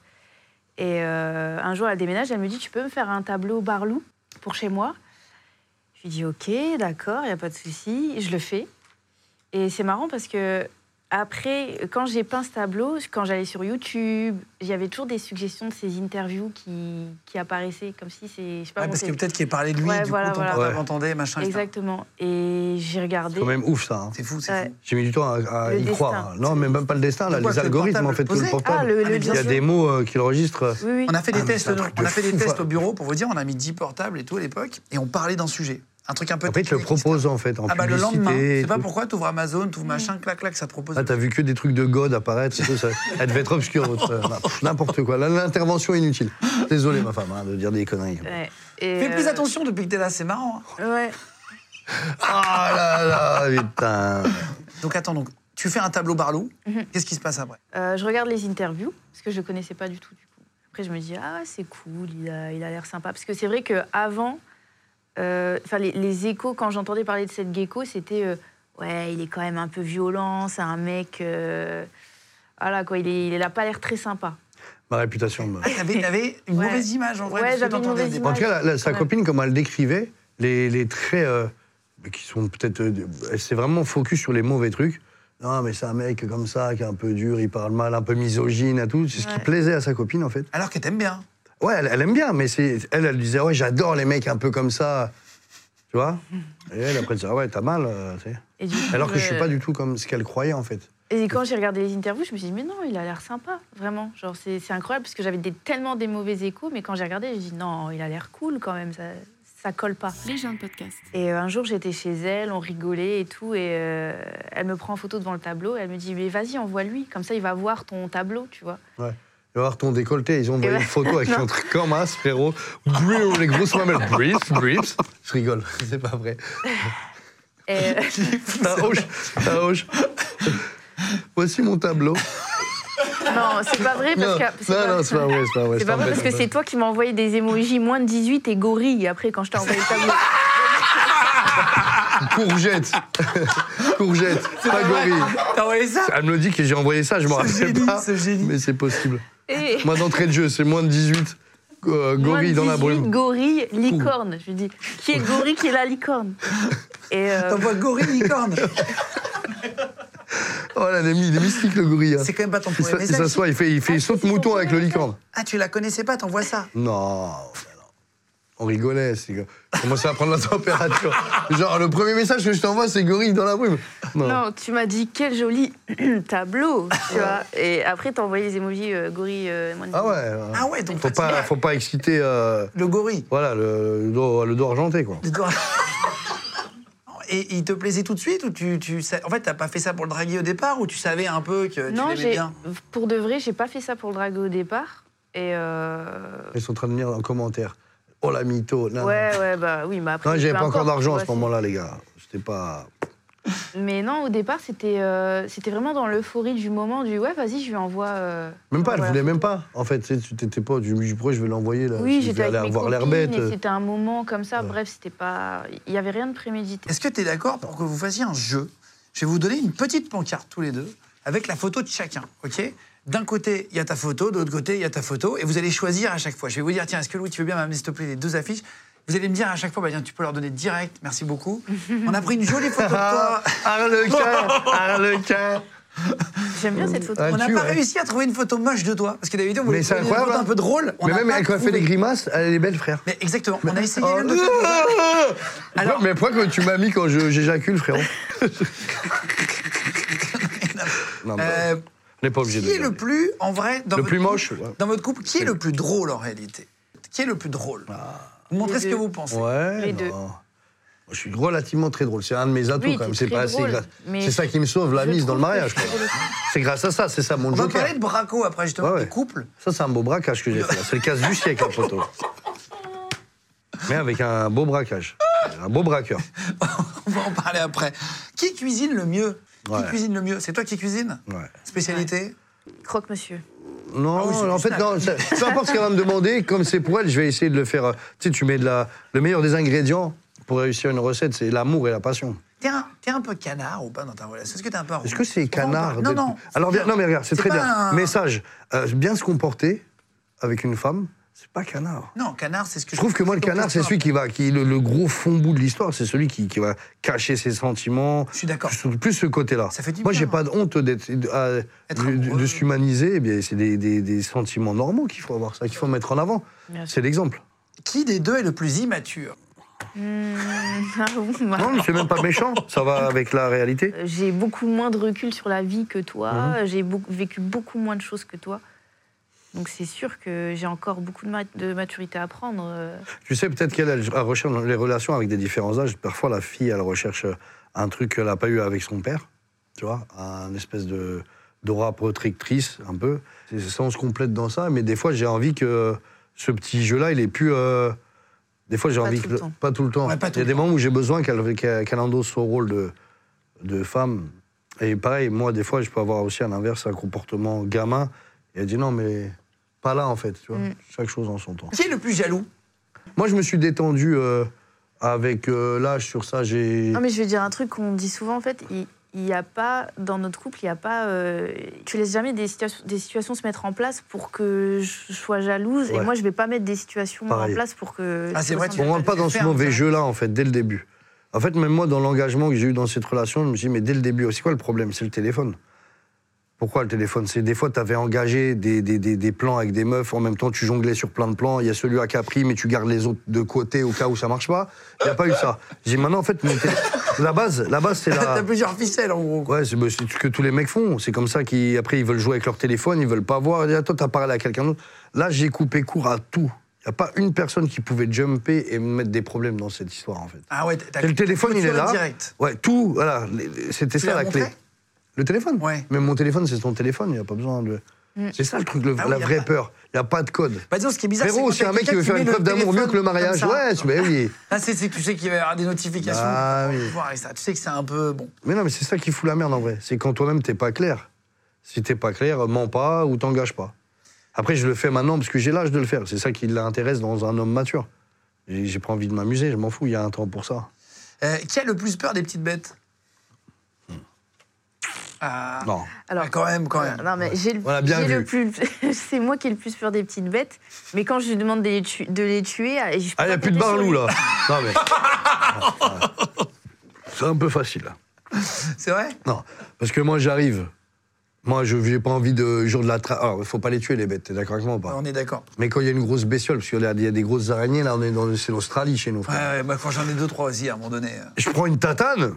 S6: Et euh, un jour elle déménage, elle me dit, tu peux me faire un tableau Barlou pour chez moi Je lui dis, ok, d'accord, il y a pas de souci. Je le fais. Et c'est marrant parce que après, quand j'ai peint ce tableau, quand j'allais sur YouTube, il y avait toujours des suggestions de ces interviews qui, qui apparaissaient, comme si c'est, je sais pas,
S4: Ouais,
S6: bon,
S4: parce que
S6: c'est-
S4: peut-être qu'il parlait de lui,
S6: Ouais,
S4: du
S6: voilà,
S4: coup, ton
S6: voilà.
S4: portable
S3: Ouais.
S4: entendait, machin. etc.
S6: Exactement. Et j'ai regardé.
S3: C'est quand même ouf, ça. hein.
S4: C'est fou, c'est
S6: Ouais.
S4: fou.
S3: J'ai mis du temps à, à
S6: Le
S3: y
S6: destin.
S3: croire. Non, mais même pas le destin, là,
S4: Pourquoi
S3: les
S4: que le
S3: algorithmes, en fait,
S4: portable
S3: que le
S4: posé
S3: portable.
S6: Ah, le,
S4: Ah, mais
S6: le
S4: bien
S3: Il y a
S4: sûr.
S3: des mots euh, qu'il enregistre.
S6: Oui, oui.
S4: On a fait
S3: Ah,
S4: des
S3: mais
S4: tests,
S3: c'est un
S4: nous.
S3: truc
S4: on
S3: de
S4: a fait des
S3: fou, hein.
S4: tests
S3: quoi.
S4: au bureau pour vous dire, on a mis 10 portables et tout à l'époque, et on parlait d'un sujet. Un truc un peu.
S3: Après, il te le
S4: technique, etc.
S3: propose, en fait, en
S4: Ah bah le
S3: publicité.
S4: lendemain,
S3: et
S4: c'est pas
S3: tout.
S4: pourquoi t'ouvres Amazon,
S6: Mm.
S4: t'ouvres machin, clac clac, ça te propose.
S3: Ah, t'as vu que des trucs de God apparaître, et tout, ça, elle devait être obscure, votre- euh, pff, n'importe quoi. Là, L'intervention inutile. Désolé, ma femme, hein, de dire des conneries.
S6: Ouais. Et,
S4: Fais plus
S6: euh,
S4: attention depuis que t'es là, c'est marrant. hein.
S6: Ouais.
S3: Ah là là, putain.
S4: Donc attends, donc tu fais un tableau Barlow,
S6: Mm-hmm.
S4: qu'est-ce qui se passe après
S6: Euh, je regarde les interviews, parce que je ne connaissais pas du tout. Du coup. Après, je me dis, ah, c'est cool, il a il a l'air sympa. Parce que c'est vrai qu'avant, euh, enfin, les, les échos, quand j'entendais parler de cette gecko, c'était euh, Ouais, il est quand même un peu violent, c'est un mec. euh, voilà, quoi, il est- il n'a pas l'air très sympa.
S3: Ma réputation me.
S4: Ah, T'avais t'avais une
S6: Ouais.
S4: mauvaise image en vrai.
S6: Ouais,
S4: parce que
S6: j'avais une
S4: t'entendais
S6: mauvaise
S4: des-
S6: image.
S3: En tout cas, la- la- sa
S6: Ouais.
S3: copine, comme elle décrivait, les, les traits euh, qui sont peut-être. euh, elle s'est vraiment focus sur les mauvais trucs. Non, mais c'est un mec comme ça, qui est un peu dur, il parle mal, un peu misogyne et tout. C'est ce qui
S6: Ouais.
S3: plaisait à sa copine, en fait.
S4: Alors que t'aimes bien.
S3: Ouais, elle, elle aime bien, mais c'est, elle, elle disait, ouais, j'adore les mecs un peu comme ça. Tu vois Et elle, après, elle disait, ah ouais, t'as mal. euh, tu sais.
S6: Et du coup,
S3: Alors que je suis
S6: euh,
S3: pas du tout comme ce qu'elle croyait, en fait.
S6: Et quand j'ai regardé les interviews, je me suis dit, mais non, il a l'air sympa, vraiment. Genre, c'est c'est incroyable, parce que j'avais des- tellement des mauvais échos, mais quand j'ai regardé, j'ai dit, non, il a l'air cool quand même, ça, ça colle pas.
S7: Les gens de podcast.
S6: Et euh, un jour, j'étais chez elle, on rigolait et tout, et euh, elle me prend en photo devant le tableau, et elle me dit, mais vas-y, envoie lui, comme ça, il va voir ton tableau, tu vois.
S3: Tu vas voir ton décolleté, ils ont envoyé
S6: Et
S3: une
S6: ben-
S3: photo avec
S6: Non.
S3: un truc comme as, frérot. Brrr, les grosses mamelles. Brips, brips. Je rigole, c'est pas vrai.
S6: Et, euh,
S3: Ta hoche, ta hoche. Voici mon tableau.
S6: non, c'est pas vrai, parce
S3: Non,
S6: que.
S3: non, non, c'est pas vrai, c'est pas vrai.
S6: C'est pas vrai parce que c'est toi qui m'as envoyé des emojis moins de 18 et gorille après quand je t'ai envoyé le tableau.
S3: Courgette. Courgette, pas gorille.
S4: T'as envoyé ça
S3: Elle me le dit que j'ai envoyé ça, je m'en
S4: hein. Ce
S3: rappelle
S4: génie,
S3: pas.
S4: ce génie.
S3: Mais c'est possible.
S6: Et
S3: Moi, d'entrée de jeu, c'est moins de 18. euh,
S6: Moins
S3: gorille
S6: de
S3: dans la
S6: 18,
S3: brume.
S6: Gorille, licorne. Je lui dis, qui est gorille, qui est la licorne Et euh,
S4: T'envoies gorille licorne.
S3: Oh là, il est mis- il est mystique, le gorille. hein.
S4: C'est quand même pas ton
S3: Il
S4: premier
S3: s'a- il
S4: message.
S3: s'assoit, il fait, il fait
S6: Ah,
S3: saute
S6: c'est son
S3: mouton avec le
S6: premier
S3: licorne.
S4: Ah, tu la connaissais pas, t'envoies ça.
S3: Non, mais non. on rigolait. c'est que- Je commençais à prendre la température. Genre, le premier message que je t'envoie, c'est gorille dans la brume. Non.
S6: non, tu m'as dit quel joli tableau, tu vois. Et après, t'as envoyé les emojis euh, gorille. euh, moins de
S3: Ah
S6: 18.
S3: ouais. euh,
S4: Ah ouais, donc
S3: Faut pas, faut pas exciter euh,
S4: le gorille.
S3: voilà, le, le dos, le dos argenté, quoi.
S4: Le gorille. Et il te plaisait tout de suite ou tu, tu sais- en fait t'as pas fait ça pour le draguer au départ ou tu savais un peu
S3: Bah,
S4: que tu
S6: Non,
S4: l'aimais
S6: j'ai
S4: bien
S6: pour de vrai, j'ai pas fait ça pour le draguer au départ. Et euh,
S3: Ils sont en train de venir en commentaire. Oh la mytho. Non,
S6: ouais, ouais, bah oui, mais après.
S3: non j'avais
S6: peu
S3: pas encore
S6: importe,
S3: d'argent
S6: tu
S3: à ce
S6: vois,
S3: moment-là, les gars. C'était pas.
S6: c'est- Mais non, au départ, c'était euh, c'était vraiment dans l'euphorie du moment du ouais, vas-y, je lui envoie. euh,
S3: Même pas,
S6: je
S3: elle
S6: lui envoie la
S3: voulait même
S6: photo.
S3: pas. En fait, tu sais, tu t'étais pas du pourquoi je vais l'envoyer là.
S6: Oui,
S3: je
S6: j'étais avec
S3: vais Euh, aller
S6: mes
S3: voir l'air
S6: copines
S3: bête.
S6: et c'était un moment comme ça.
S3: Ouais.
S6: Bref, c'était pas, il y avait rien de prémédité.
S4: Est-ce que tu es d'accord pour que vous fassiez un jeu Je vais vous donner une petite pancarte tous les deux avec la photo de chacun, ok D'un côté, il y a ta photo, de l'autre côté, il y a ta photo, et vous allez choisir à chaque fois. Je vais vous dire, tiens, est-ce que Louis, tu veux bien m'amener, s'il te plaît, les deux affiches Vous allez me dire à chaque fois, bah, tiens, tu peux leur donner direct, merci beaucoup. On a pris une jolie photo de toi.
S3: Ah le cas, ah le cas.
S6: J'aime bien cette photo.
S3: Ah,
S4: On n'a
S3: tu,
S4: pas
S3: ouais.
S4: réussi à trouver une photo moche de toi, parce que d'habitude, on voulait
S3: Mais c'est
S4: trouver une photo
S3: incroyable.
S4: un peu drôle. on
S3: Mais
S4: n'a
S3: même
S4: pas
S3: elle, quand elle fait
S4: trouvé.
S3: des grimaces, elle est belle, frère.
S4: Mais exactement, on a essayé
S3: Oh,
S4: l'un de l'autre. Alors-
S3: mais pourquoi que tu m'as mis quand je- j'éjacule, frérot Non, mais
S4: Euh,
S3: on n'est pas obligé
S4: Qui est
S3: de.
S4: le plus, en vrai, dans
S3: Le
S4: votre
S3: plus
S4: couple-
S3: moche, ouais.
S4: Dans votre couple, qui est le plus drôle en réalité Qui est le plus drôle
S3: Ah.
S4: Vous montrez
S6: Les
S4: ce que
S6: deux.
S4: vous pensez.
S3: Ouais.
S6: Les
S3: non.
S6: deux.
S3: Moi, Je suis relativement très drôle. C'est un de mes atouts
S6: Oui,
S3: quand
S6: t'es
S3: même. C'est
S6: très
S3: pas assez.
S6: drôle,
S3: grâce-
S6: mais
S3: C'est ça qui me sauve la
S6: je
S3: mise dans le
S6: trouve que
S3: mariage.
S6: je suis
S3: quoi.
S6: drôle aussi.
S3: C'est grâce à ça. C'est ça mon
S4: On va
S3: joker.
S4: parler de Braco après, justement,
S3: Ouais, ouais.
S4: des couples.
S3: Ça, c'est un beau braquage que j'ai fait. là. C'est le casse du siècle, la photo. Mais avec un beau braquage. Un beau braqueur.
S4: On va en parler après. Qui cuisine le mieux
S3: Ouais.
S4: Qui cuisine le mieux C'est toi qui cuisine
S3: Ouais.
S4: Spécialité
S6: Croque Monsieur.
S3: Non,
S4: Ah oui, c'est
S3: en
S4: plus
S3: fait,
S4: ça.
S3: non, ça- peu importe ce qu'elle va me demander, comme c'est pour elle, je vais essayer de le faire. euh, Tu sais, tu mets de la, le meilleur des ingrédients pour réussir une recette, c'est l'amour et la passion.
S4: T'es un, t'es un peu canard ou pas dans ta relation Est-ce que t'es un peu.
S3: Est-ce que c'est canard
S4: Oh, bah, Non,
S3: d'être-
S4: non.
S3: Alors, viens, non, mais regarde, c'est
S4: C'est
S3: très
S4: pas
S3: bien.
S4: un-
S3: Message euh, bien se comporter avec une femme, c'est pas canard.
S4: Non, canard, c'est ce que
S3: Je trouve que moi, le canard, c'est celui qui va. qui est le, le gros fond bout de l'histoire, c'est celui qui, qui va cacher ses sentiments.
S4: Je suis d'accord.
S3: Plus, plus ce côté-là.
S4: Ça fait du
S3: Moi,
S4: bien.
S3: j'ai pas de honte d'être. de- à-
S4: Être
S3: de, de-
S4: amoureux.
S3: de s'humaniser. Eh bien, c'est des, des- des sentiments normaux qu'il faut avoir, ça, qu'il faut mettre en avant.
S6: Bien sûr.
S3: C'est l'exemple.
S4: Qui des deux est le plus immature
S6: Ah bon, bah,
S3: Non, mais c'est même pas méchant. Ça va avec la réalité.
S6: euh, J'ai beaucoup moins de recul sur la vie que toi.
S3: Mhm.
S6: J'ai beaucoup- vécu beaucoup moins de choses que toi. Donc c'est sûr que j'ai encore beaucoup de, ma- de maturité à prendre. euh.
S3: Tu sais, peut-être qu'elle elle recherche dans les relations avec des différents âges. Parfois, la fille, elle recherche un truc qu'elle n'a pas eu avec son père. Tu vois, un espèce de d'aura protectrice, un peu. C'est ça, on se complète dans ça. Mais des fois, j'ai envie que ce petit jeu-là, il est plus. euh, Des fois, j'ai
S6: Pas
S3: envie
S6: tout
S3: que.
S6: le temps.
S3: Pas tout le temps.
S4: Ouais, pas tout
S3: il y a
S4: le
S3: des
S4: temps.
S3: moments où j'ai besoin qu'elle qu'elle- qu'elle endosse son rôle de, de femme. Et pareil, moi, des fois, je peux avoir aussi à l'inverse un comportement gamin. Et elle dit non, mais
S6: Mm.
S3: pas là, en fait. Tu vois, chaque chose en son temps.
S4: Qui est le plus jaloux
S3: Moi, je me suis détendu euh, Avec euh, l'âge sur ça, j'ai.
S6: Non, mais je vais dire un truc qu'on dit souvent, en fait. Il il n'y a pas, dans notre couple, il n'y a pas. euh, tu laisses jamais des, situations- des situations se mettre en place pour que je sois jalouse. Et
S3: Ouais.
S6: moi, je ne vais pas mettre des situations
S3: Pareil.
S6: en place pour que.
S4: Ah,
S6: tu
S4: c'est vrai,
S6: ressentes
S4: tu-
S3: On
S6: la-
S3: rentre pas dans ce
S4: Ferme,
S3: mauvais
S4: ferme.
S3: jeu-là, en fait, dès le début. En fait, même moi, dans l'engagement que j'ai eu dans cette relation, je me suis dit, mais dès le début, c'est quoi le problème C'est le téléphone. Pourquoi le téléphone C'est des fois, tu avais engagé des, des- des- des plans avec des meufs, en même temps, tu jonglais sur plein de plans. Il y a celui à Capri, mais tu gardes les autres de côté au cas où ça marche pas. Il n'y a pas eu ça. J'ai dit, maintenant, en fait, mon télé- la base, la base c'est la.
S4: T'as plusieurs ficelles en gros. quoi.
S3: Ouais, c'est bah, c'est ce que tous les mecs font. C'est comme ça qu'après, ils veulent jouer avec leur téléphone, ils veulent pas voir. Ils disent, Attends, t'as parlé à quelqu'un d'autre. Là, j'ai coupé court à tout. Il n'y a pas une personne qui pouvait jumper et me mettre des problèmes dans cette histoire, en fait.
S4: Ah ouais, t'as
S3: Et le téléphone, il est
S4: clôturé
S3: là.
S4: Direct.
S3: Ouais, tout, voilà. les- les- C'était
S4: Tu
S3: ça
S4: l'as
S3: la clé.
S4: montré
S3: Le téléphone
S4: Ouais.
S3: Même mon téléphone, c'est ton téléphone, il n'y a pas besoin de. C'est ça le truc, le-
S4: Ah oui,
S3: la
S4: y a
S3: vraie
S4: pas-
S3: peur. Il n'y a pas de code.
S4: Bah disons, ce qui est bizarre,
S3: Frérot,
S4: quand
S3: c'est un
S4: t'as
S3: mec qui
S4: quelqu'un
S3: veut faire
S4: met
S3: une
S4: le
S3: preuve d'amour mieux que le
S4: téléphone comme
S3: mariage.
S4: ça.
S3: Ouais, c'est- bah oui.
S4: Là, c'est c'est que tu sais qu'il va y avoir des notifications.
S3: Bah
S4: pour
S3: oui.
S4: voir et ça. Tu sais que c'est un peu. Bon.
S3: Mais non, mais c'est ça qui fout la merde en vrai. C'est quand toi-même t'es pas clair. Si t'es pas clair, mens pas ou t'engages pas. Après, je le fais maintenant parce que j'ai l'âge de le faire. C'est ça qui l'intéresse dans un homme mature. J'ai j'ai pas envie de m'amuser, je m'en fous, il y a un temps pour ça.
S4: Euh, qui a le plus peur des petites bêtes Ah.
S3: Non.
S4: Ah, quand même, quand même.
S6: euh, Non, mais j'ai le,
S3: On l'a bien
S6: j'ai le
S3: vu.
S6: plus. c'est moi qui ai le plus peur des petites bêtes. Mais quand je lui demande de les, tu- de les tuer. ah, Je peux
S3: Ah, il n'y
S6: pas
S3: a plus de
S6: compter sur
S3: barlou
S6: lui.
S3: là. Non, mais. C'est un peu facile là.
S4: C'est vrai
S3: Non, parce que moi j'arrive. Moi, je j'ai pas envie de jour de la tra... Alors, faut pas les tuer les bêtes, t'es d'accord avec moi ou pas
S4: On est d'accord.
S3: Mais quand il y a une grosse bestiole, parce qu'il y a- il y a des grosses araignées, là, on est dans... c'est l'Australie chez nous.
S4: Ouais,
S3: frère.
S4: ouais, bah, quand j'en ai deux, trois aussi, à un moment donné. euh.
S3: je prends une tatane,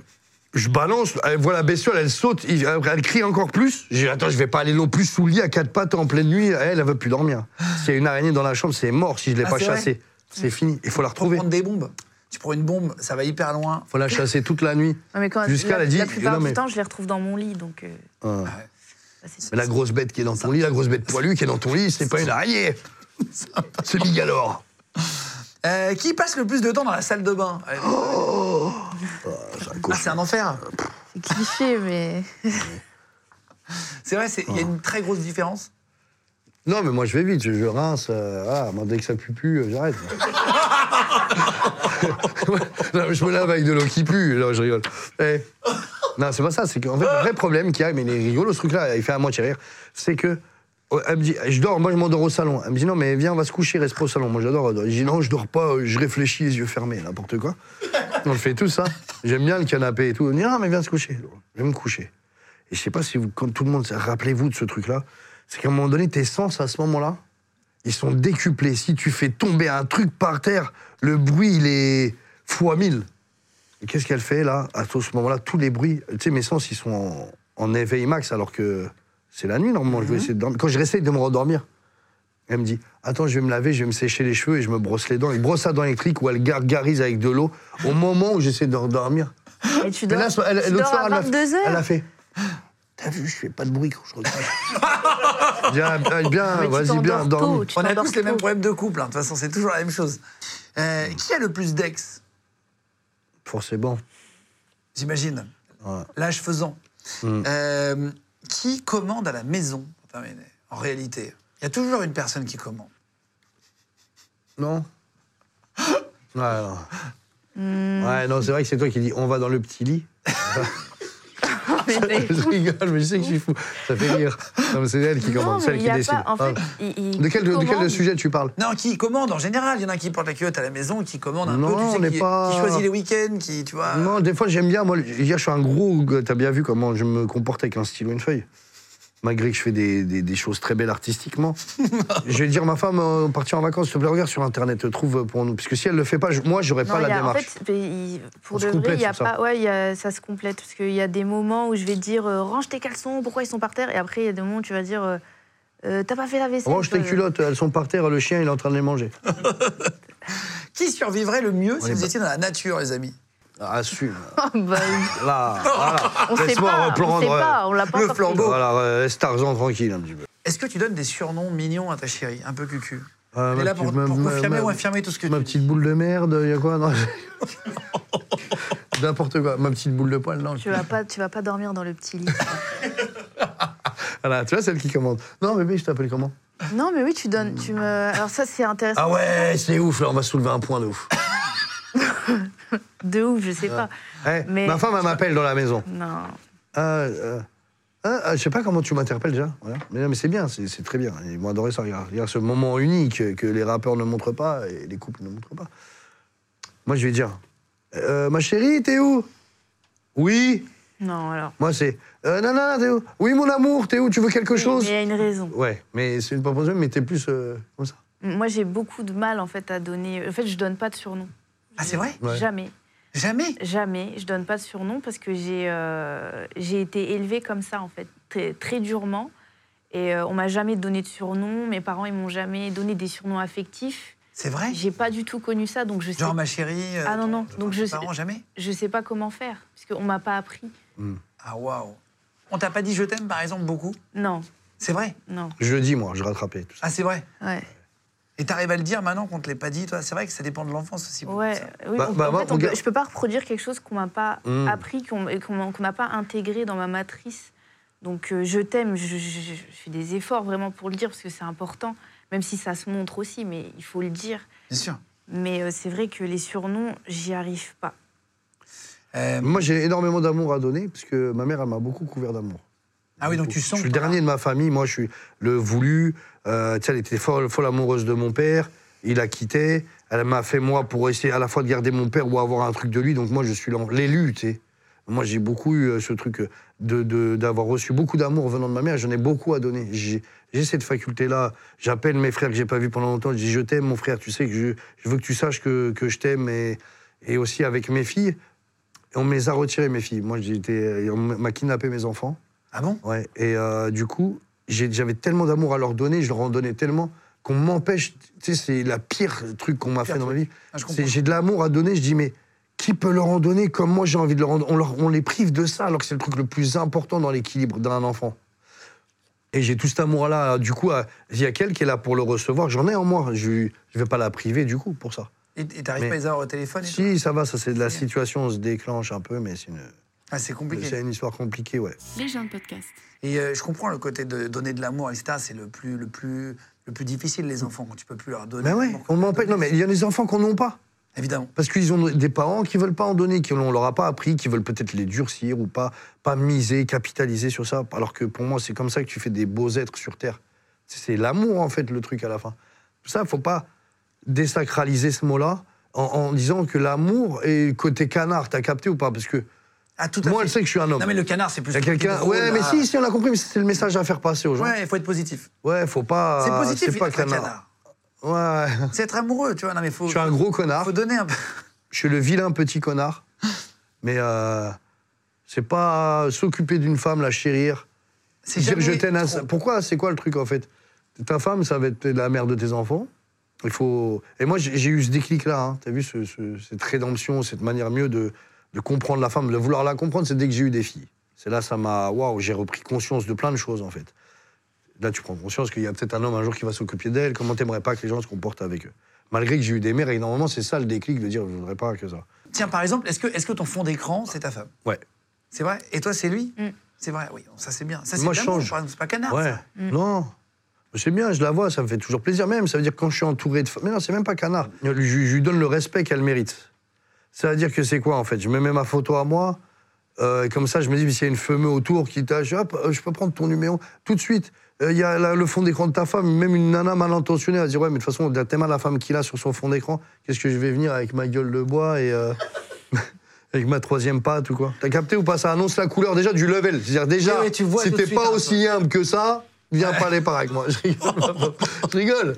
S3: je balance, elle voit la bestiole, elle saute, il- elle, elle crie encore plus. J'ai dit, attends, je vais pas aller non plus sous le lit à quatre pattes en pleine nuit. Elle, elle veut plus dormir. S'il y a une araignée dans la chambre, c'est mort si je l'ai
S4: Ah,
S3: pas
S4: c'est vrai
S3: chassée. C'est fini, il faut la
S4: Faut
S3: retrouver.
S4: prendre des bombes. Tu prends une bombe, ça va hyper loin.
S3: faut la chasser toute la nuit.
S6: Non, Ah, mais quand
S3: Jusqu'à,
S6: la,
S3: elle a dit-
S6: la plupart
S3: non, mais-
S6: du temps, je les retrouve dans mon lit. Donc. euh,
S3: Hein.
S6: bah, c'est
S3: Mais la grosse bête qui est dans ton lit, la grosse bête poilue qui est dans ton lit, c'est pas une araignée. C'est Migalore.
S4: Euh, qui passe le plus de temps dans la salle de bain Allez.
S3: Oh.
S4: Ah, c'est un enfer.
S6: c'est cliché, mais.
S4: C'est vrai, c'est- il y a une très grosse différence.
S3: Non, mais moi je vais vite, je, je rince. euh, voilà, moi, dès que ça pue, pue, euh, j'arrête. Non, je me lave avec de l'eau qui pue, là, je rigole. Eh. Non, c'est pas ça, c'est qu'en fait, le vrai problème qu'il y a, mais il est rigolo ce truc-là, il fait à moitié rire, c'est que. oh, Elle me dit, je dors, moi je m'endors au salon. Elle me dit, non, mais viens, on va se coucher, reste pas au salon. Moi j'adore. Je dis, non, je dors pas, euh, je réfléchis, les yeux fermés, n'importe quoi. On le fait tous, ça. J'aime bien le canapé et tout. On dit, non, mais viens se coucher. Je vais me coucher. Et je sais pas si vous, quand tout le monde, rappelez-vous de ce truc-là, c'est qu'à un moment donné, tes sens à ce moment-là, ils sont décuplés. Si tu fais tomber un truc par terre, le bruit, il est fois 1000. Et Qu'est-ce qu'elle fait là À ce moment-là, tous les bruits, tu sais, mes sens, ils sont en, en éveil max, alors que c'est la nuit, normalement, je vais essayer de dormir. Quand je réessaye de me rendormir, elle me dit Attends, je vais me laver, je vais me sécher les cheveux et je me brosse les dents. Elle brosse à dents électrique ou elle gargarise avec de l'eau au moment où j'essaie de redormir.
S6: Et tu
S3: Mais
S6: dors,
S3: là, so- elle-
S6: tu
S3: l'autre
S6: dors
S3: soir,
S6: à
S3: elle a-
S6: 22
S3: elle
S6: heures.
S3: a fait. Hein T'as vu, je fais pas de bruit quand je regarde. bien, bien,
S6: Mais tu
S3: vas-y, bien,
S6: t'endors
S3: dormi.
S6: tôt, tu
S4: On a
S6: t'endors
S4: tous les mêmes
S6: tôt.
S4: problèmes de couple. hein. De toute façon, c'est toujours la même chose. Euh,
S3: Mm.
S4: qui a le plus d'ex
S3: Forcément.
S4: J'imagine.
S3: Ouais. Mm.
S4: L'âge faisant. Euh, qui commande à la maison Enfin, mais En réalité, il y a toujours une personne qui commande.
S3: Non Ouais, Ah, non. Ouais, non, c'est vrai que c'est toi qui dis on va dans le petit lit. je rigole, mais je sais que je suis fou. Ça fait rire. Non, mais c'est elle qui
S6: Non,
S3: commande,
S6: mais
S3: celle
S6: il
S3: qui
S6: y a
S3: décide.
S6: pas- en fait,
S3: Ah.
S6: il- il
S3: de quel, de quel
S6: commande.
S3: sujet tu parles
S4: Non, qui commande en général. Il y en a qui porte la culotte à la maison, qui commande un
S3: Non,
S4: peu, tu
S3: on
S4: sais,
S3: n'est
S4: qui,
S3: pas-
S4: qui choisit les week-ends, qui, tu vois.
S3: Non, des fois j'aime bien. Moi, hier, je suis un gros. T'as bien vu comment je me comporte avec un stylo et une feuille. Malgré que je fais des, des- des choses très belles artistiquement. je vais dire à ma femme, euh, on partir en vacances, s'il te plaît, regarde sur Internet, trouve pour nous. Parce que si elle le fait pas, je- moi, j'aurais
S6: Non,
S3: pas la
S6: il y a-
S3: démarche.
S6: En fait, mais il- pour
S3: On se
S6: de vrai,
S3: complète
S6: il y a
S3: sur ça.
S6: pas, ouais, il y a- ça se complète. Parce qu'il y a des moments où je vais dire euh, range tes caleçons, pourquoi ils sont par terre Et après, il y a des moments où tu vas dire euh, Euh, t'as pas fait la vaisselle.
S3: Range tes
S6: euh,
S3: culottes, elles sont par terre, le chien, il est en train de les manger.
S4: Qui survivrait le mieux si
S3: est
S4: vous
S3: pas-
S4: étiez dans la nature, les amis
S3: Assume.
S6: Ah, bah,
S3: Là, voilà.
S6: on sait
S3: Laisse-moi
S6: pas, on
S3: reprendre,
S6: sait
S3: euh,
S6: pas, on l'a pas
S4: le
S6: encore fait.
S4: flambeau.
S3: Voilà, ouais, laisse Tarzan tranquille un petit peu.
S4: Est-ce que tu donnes des surnoms mignons à ta chérie Un peu cucu.
S3: Euh,
S4: Elle
S3: ma
S4: est là
S3: petite-
S4: pour,
S3: ma-
S4: pour
S3: ma-
S4: confirmer
S3: ma-
S4: ou infirmer tout ce que
S3: Ma
S4: tu dis.
S3: petite boule de merde, il y a quoi Non, N'importe quoi. Ma petite boule de poil, non.
S6: Tu vas pas, tu vas pas dormir dans le petit lit.
S3: Voilà, tu vois, celle qui commande. Non, bébé, je t'appelle comment
S6: non, mais oui, tu donnes, tu me. Alors ça, c'est intéressant.
S3: Ah ouais, c'est ouf, là, on va soulever un point de ouf.
S6: de ouf, je sais pas.
S3: Eh,
S6: Mais-
S3: Ma femme, elle m'appelle dans la maison.
S6: Non.
S3: Ah, euh, ah, ah, je sais pas comment tu m'interpelles déjà. Voilà. Mais, non, mais c'est bien, c'est c'est très bien. Ils vont adorer ça. Regarde, regarde ce moment unique que les rappeurs ne montrent pas et les couples ne montrent pas. Moi, je vais dire Euh, Ma chérie, t'es où Oui.
S6: Non, alors.
S3: Moi, c'est euh, Nana, t'es où Oui, mon amour, t'es où Tu veux quelque
S6: Mais
S3: chose
S6: il y a une raison.
S3: Ouais, mais c'est une proposition, mais t'es plus euh, comme ça.
S6: Moi, j'ai beaucoup de mal, en fait, à donner. En fait, je donne pas de surnom.
S4: Ah, c'est vrai
S3: Ouais.
S6: Jamais.
S4: Jamais
S6: Jamais. Je donne pas de surnom parce que j'ai euh, j'ai été élevée comme ça, en fait, très, très durement. Et euh, on m'a jamais donné de surnom. Mes parents, ils m'ont jamais donné des surnoms affectifs.
S4: C'est vrai
S6: J'ai pas du tout connu ça, donc je sais,
S4: Genre ma chérie. euh,
S6: Ah, non,
S4: ton-
S6: non,
S4: ton-
S6: donc
S4: tes
S6: je sais-
S4: parents, jamais
S6: je sais pas comment faire, parce qu'on m'a pas appris.
S4: Ah, waouh. On t'a pas dit je t'aime, par exemple, beaucoup
S6: Non,
S4: C'est vrai
S6: non.
S3: Je le dis, moi, je rattrapais tout ça.
S4: Ah, c'est vrai.
S6: Ouais.
S4: Et t'arrives à le dire maintenant qu'on te l'ait pas dit, toi C'est vrai que ça dépend de l'enfance aussi. beaucoup,
S6: Ouais,
S4: ça.
S6: oui,
S3: Bah-
S6: on-
S3: bah,
S6: en
S3: moi,
S6: fait, on
S3: regarde-
S6: peut- je peux pas reproduire quelque chose qu'on m'a pas
S3: Hmm.
S6: appris, qu'on et qu'on m'a- qu'on m'a pas intégré dans ma matrice. Donc, euh, je t'aime, je, je- je- je fais des efforts vraiment pour le dire, parce que c'est important, même si ça se montre aussi, mais il faut le dire.
S4: Bien sûr.
S6: Mais euh, c'est vrai que les surnoms, j'y arrive pas.
S4: Euh,
S3: Moi, j'ai énormément d'amour à donner, parce que ma mère, elle m'a beaucoup couvert d'amour.
S4: ah oui, donc tu
S3: Je
S4: sens.
S3: suis le
S4: que t'en as-
S3: dernier de ma famille. Moi, je suis le voulu. Euh, tu sais, elle était folle, folle amoureuse de mon père. Il a quitté. Elle m'a fait moi pour essayer à la fois de garder mon père ou avoir un truc de lui. Donc moi, je suis l'en- l'élu, tu sais. Moi, j'ai beaucoup eu euh, ce truc euh, de- de- d'avoir reçu beaucoup d'amour venant de ma mère. J'en ai beaucoup à donner. J'ai j'ai cette faculté-là. J'appelle mes frères que j'ai pas vus pendant longtemps. Je dis, je t'aime, mon frère. Tu sais que je, je veux que tu saches que, que je t'aime. Et, et aussi avec mes filles. On me les a retirées, mes filles. Moi, j'étais, euh, on m'a kidnappé mes enfants.
S4: Ah bon
S3: Ouais, et euh, du coup, j'ai- j'avais tellement d'amour à leur donner, je leur en donnais tellement qu'on m'empêche. Tu sais, c'est la pire truc qu'on m'a
S4: Pire
S3: fait dans ma vie.
S4: Ah, je
S3: C'est-
S4: comprends.
S3: j'ai de l'amour à donner, je dis, mais qui peut leur en donner comme moi j'ai envie de leur en on, leur- on les prive de ça alors que c'est le truc le plus important dans l'équilibre d'un enfant. Et j'ai tout cet amour-là. Du coup, à- il y a quelqu'un qui est là pour le recevoir. J'en ai en moi. Je ne vais pas la priver, du coup, pour ça.
S4: Et et t'arrives
S3: Mais-
S4: pas à les avoir au téléphone et tout
S3: Si, ça va, ça c'est de la situation, on se déclenche un peu, mais c'est une,
S4: Ah, c'est compliqué.
S3: c'est une histoire compliquée, ouais.
S7: Les gens de podcast.
S4: Et euh, je comprends le côté de donner de l'amour, etc. C'est le plus, le, plus, le plus difficile, les enfants, quand tu peux plus leur donner.
S3: Ben ouais,
S4: l'amour que
S3: on
S4: t'as
S3: m'empêche.
S4: donné.
S3: Non, mais il y a des enfants qu'on n'a pas.
S4: Évidemment.
S3: Parce qu'ils ont des parents qui veulent pas en donner, qui on leur a pas appris, qui veulent peut-être les durcir ou pas, pas miser, capitaliser sur ça. Alors que pour moi, c'est comme ça que tu fais des beaux êtres sur terre. C'est c'est l'amour en fait le truc à la fin. Ça, faut pas désacraliser ce mot-là en, en disant que l'amour est côté canard. T'as capté ou pas Parce que
S4: Ah, tout à
S3: moi,
S4: fait.
S3: elle sait que je suis un homme.
S4: Non, mais le canard, c'est plus.
S3: Il y a quelqu'un.
S4: drôle,
S3: Ouais, mais
S4: ah.
S3: si, si, on a compris. mais C'est le message à faire passer aux gens.
S4: Ouais, il faut être positif.
S3: Ouais, faut pas.
S4: C'est positif,
S3: C'est pas
S4: il faut être
S3: canard. Ouais.
S4: C'est être amoureux, tu vois. Non, mais faut,
S3: Je suis un gros connard.
S4: faut donner un peu.
S3: Je suis le vilain petit connard. Mais euh, c'est pas euh, s'occuper d'une femme, la chérir,
S4: C'est
S3: dire
S4: jamais
S3: je t'aime. à
S4: trop.
S3: ça. Pourquoi C'est quoi le truc en fait Ta femme, ça va être la mère de tes enfants. Il faut. Et moi, j'ai j'ai eu ce déclic-là. Hein. T'as vu ce- ce- cette rédemption, cette manière mieux de, de comprendre la femme, de vouloir la comprendre, c'est dès que j'ai eu des filles. C'est là, ça m'a. Waouh, j'ai repris conscience de plein de choses en fait. Là, tu prends conscience qu'il y a peut-être un homme un jour qui va s'occuper d'elle. Comment t'aimerais pas que les gens se comportent avec eux Malgré que j'ai eu des mères, et normalement, c'est ça le déclic de dire je voudrais pas que ça.
S4: Tiens, par exemple, est-ce que, est que ton fond d'écran, c'est ta femme
S3: Ouais.
S4: C'est vrai Et toi, c'est lui
S6: Mm.
S4: C'est vrai, oui. Ça, c'est bien. Ça, c'est
S3: Moi,
S4: de
S3: je
S4: l'amour,
S3: change.
S4: par exemple, C'est pas canard.
S3: Ouais.
S4: ça. Mm.
S3: Non. C'est bien, je la vois, ça me fait toujours plaisir même. Ça veut dire que quand je suis entouré de femmes. Mais non, c'est même pas canard. Je, je lui donne le respect qu'elle mérite. Ça veut dire que c'est quoi en fait Je me mets ma photo à moi. euh, et comme ça, je me dis, s'il y a une fumée autour qui tâche, hop, euh, je peux prendre ton numéro tout de suite. Euh, Il y a la- le fond d'écran de ta femme, même une nana mal intentionnée, elle se dit, ouais, mais de toute façon, t'as mal la femme qu'il a sur son fond d'écran. Qu'est-ce que je vais venir avec ma gueule de bois et. euh, Avec ma troisième patte ou quoi T'as capté ou pas Ça annonce la couleur déjà du level. C'est-à-dire déjà,
S4: Oui, oui, tu vois
S3: si
S4: tout de
S3: t'es
S4: suite,
S3: pas
S4: hein,
S3: aussi humble que ça, viens pas les pareil avec moi. Je rigole. je rigole.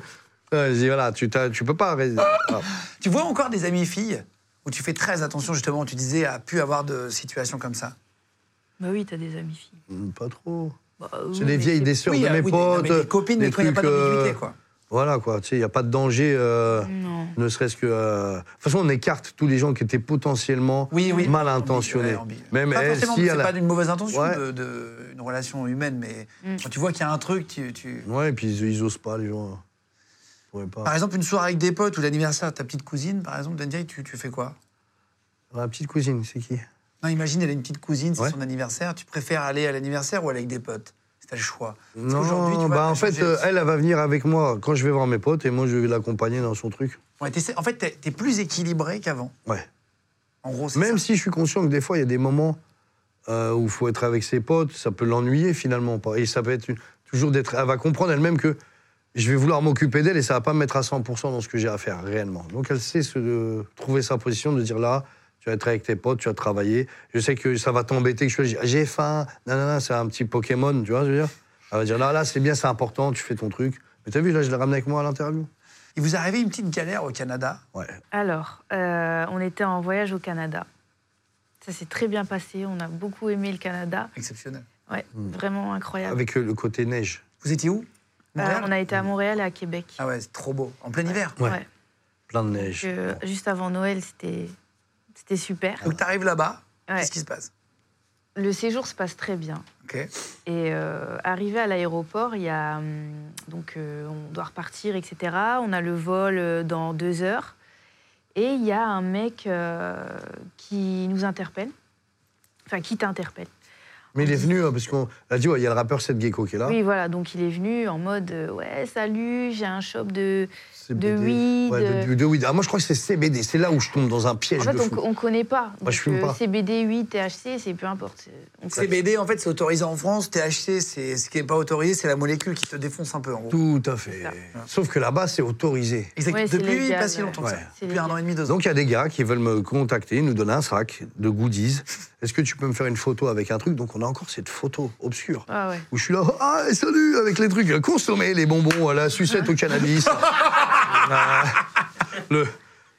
S3: Ouais, je dis voilà, tu, t'as- tu peux pas. arrêter. Voilà.
S4: Tu vois encore des amis filles où tu fais très attention, justement, tu disais, à pu avoir de situations comme ça
S6: Bah oui, t'as des amis filles.
S3: Hum, Pas trop.
S6: Bah,
S3: C'est
S6: oui,
S3: des
S6: mais
S3: vieilles,
S6: c'est-
S3: des sœurs
S4: Oui,
S3: de
S4: euh,
S3: mes
S4: oui, des- non,
S3: potes.
S4: mais des copines, mais
S3: des
S4: quand il n'y a pas
S3: trucs, euh,
S4: d'ambiguïté, quoi.
S3: Voilà quoi, tu sais, il n'y a pas de danger, euh,
S6: Non.
S3: ne serait-ce que. euh, De toute façon, on écarte tous les gens qui étaient potentiellement
S4: Oui, oui.
S3: mal intentionnés.
S4: Ouais, ambigu.
S3: Même
S4: pas
S3: elle,
S4: forcément,
S3: si
S4: c'est
S3: elle a-
S4: pas d'une mauvaise intention,
S3: Ouais.
S4: de, de- une relation humaine, mais quand tu vois qu'il y a un truc, tu, tu-
S3: Ouais, et puis ils, ils osent pas, les gens. hein. Ils pourraient pas.
S4: Par exemple, une soirée avec des potes ou l'anniversaire de ta petite cousine, par exemple, Daniel, tu, tu fais quoi
S3: Ma petite cousine, c'est qui
S4: Non, imagine, elle a une petite cousine, c'est
S3: Ouais.
S4: son anniversaire, tu préfères aller à l'anniversaire ou aller avec des potes C'est t'as le choix. Parce qu'aujourd'hui, tu vois,
S3: Non, bah
S4: t'as
S3: en fait,
S4: changé
S3: euh,
S4: aussi.
S3: elle, elle va venir avec moi quand je vais voir mes potes et moi je vais l'accompagner dans son truc.
S4: Ouais, t'essaies- en fait, t'es t'es plus équilibré qu'avant.
S3: Ouais.
S4: En gros, c'est
S3: Même
S4: ça.
S3: si je suis conscient que des fois, il y a des moments euh, où il faut être avec ses potes, ça peut l'ennuyer finalement. pas. Et ça peut être une- toujours d'être. Elle va comprendre elle-même que je vais vouloir m'occuper d'elle et ça va pas me mettre à 100% dans ce que j'ai à faire réellement. Donc elle sait se, de trouver sa position, de dire là, tu vas être avec tes potes, tu vas travailler. Je sais que ça va t'embêter, que je fais, j'ai faim, nanana, c'est un petit Pokémon, tu vois, je veux dire. Elle va dire là, là, c'est bien, c'est important, tu fais ton truc. Mais t'as vu, là, je l'ai ramené avec moi à l'interview.
S4: Il vous est arrivé une petite galère au Canada.
S3: Ouais.
S6: Alors, euh, on était en voyage au Canada. Ça s'est très bien passé. On a beaucoup aimé le Canada.
S4: Exceptionnel.
S6: Ouais,
S3: Hmm.
S6: vraiment incroyable.
S3: Avec euh, le côté neige.
S4: Vous étiez où
S6: Euh,
S4: Montréal
S6: on a
S3: Hmm.
S6: été à Montréal et à Québec.
S4: Ah ouais, c'est trop beau. En plein hiver.
S3: ouais.
S6: Ouais.
S3: Plein de
S6: Donc,
S3: neige.
S6: euh, juste avant Noël, c'était c'était super.
S4: Donc t'arrives là-bas,
S6: Ouais.
S4: qu'est-ce qui se passe
S6: Le séjour se passe très bien.
S4: Ok.
S6: Et euh, arrivé à l'aéroport, il y a hum, donc euh, on doit repartir, etc. On a le vol euh, dans deux heures. Et il y a un mec euh, qui nous interpelle, enfin qui t'interpelle.
S3: Mais il est venu, hein, parce qu'on a dit, ouais, il y a le rappeur Seth Gecko qui est là.
S6: Oui, voilà. Donc il est venu en mode euh, ouais, salut, j'ai un shop de.
S3: CBD.
S6: de weed.
S3: Ouais, de, de- de weed. Ah, moi, je crois que c'est CBD. C'est là où je tombe dans un
S6: En
S3: piège
S6: fait,
S3: de fou.
S6: on, on connaît pas.
S3: Moi, je
S6: Donc, euh,
S3: fume pas.
S6: CBD 8, THC, c'est peu importe. On connaît-
S4: CBD, en fait, c'est autorisé en France. THC, c'est ce qui n'est pas autorisé, c'est la molécule qui te défonce un peu, en gros.
S3: Tout à fait. Sauf que là-bas, c'est autorisé.
S4: Exact.
S6: Ouais, c'est
S4: Depuis
S6: légal,
S4: pas si longtemps que
S3: ouais.
S4: ça.
S3: Ouais.
S6: C'est
S4: Depuis un
S6: légal.
S4: an et demi, deux ans.
S3: Donc, il y a des gars qui veulent me contacter, ils nous donnent un sac de goodies. Est-ce que tu peux me faire une photo avec un truc Donc, on a encore cette photo obscure.
S6: Ah ouais.
S3: Où je suis là, ah, et salut, avec les trucs, consommer les bonbons à la sucette au cannabis. Ah, le,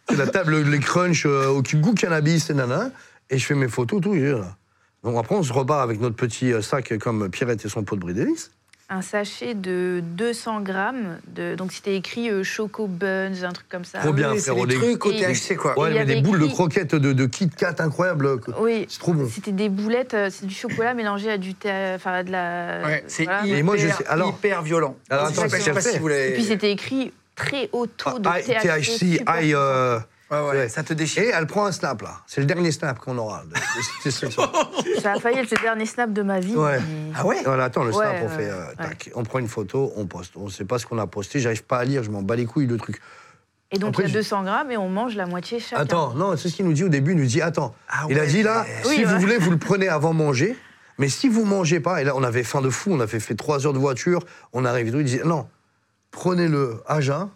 S3: c'est la table, les crunchs euh, au goût cannabis et nana. Et je fais mes photos, tout. et voilà. Donc après, on se repart avec notre petit euh, sac comme Pierrette et son pot de brie d'hélice.
S6: Un sachet de 200 grammes. De... Donc c'était écrit euh, Choco Buns, un truc comme ça.
S3: Trop bien,
S4: Oui, c'est
S3: frérot,
S4: des
S3: les-
S4: trucs au
S6: Et-
S4: THC, quoi.
S6: Ouais.
S3: Ouais,
S6: Ah. il y
S3: mais des
S6: avait
S3: boules de
S6: écrit-
S3: croquettes de, de Kit Kat incroyables. que-
S6: Oui.
S3: C'est trop bon.
S6: C'était des boulettes, euh, c'est du chocolat mélangé à du thé, enfin à de la.
S4: Ouais, c'est
S6: voilà.
S4: hyper,
S3: Et moi, je sais- alors-
S4: hyper violent.
S3: Alors,
S4: Je
S6: attends,
S4: sais pas- je sais
S3: c'est
S4: pas si
S3: fait.
S4: vous
S6: Et puis
S4: l'avez.
S6: c'était écrit très haut taux de
S3: Ah, I-
S6: THC.
S3: THC,
S6: super
S3: I, euh,
S4: Ouais, ouais,
S3: ouais.
S4: Ça te déchire.
S3: Et elle prend un snap, là. C'est le dernier snap qu'on aura. de- de- de ce soir.
S6: Ça a failli être le dernier snap de ma vie.
S3: Ouais.
S6: mais-
S4: Ah ouais
S3: Voilà, attends, le
S6: Ouais,
S3: snap, on
S6: ouais,
S3: fait... euh, tac. On prend une photo, on poste. On sait pas ce qu'on a posté, j'arrive pas à lire, je m'en bats les couilles, le truc.
S6: Et donc
S3: Après,
S6: il y a
S3: je-
S6: 200 grammes et on mange la moitié chacun.
S3: Attends, non, c'est ce qu'il nous dit au début, il nous dit, attends,
S4: Ah
S3: il a
S4: ouais.
S3: dit là,
S6: Oui,
S3: si vous
S6: ouais.
S3: voulez, vous le prenez avant manger, mais si vous mangez pas, et là on avait faim de fou, on avait fait trois heures de voiture, on arrive et tout, il dit, non, prenez-le à jeun,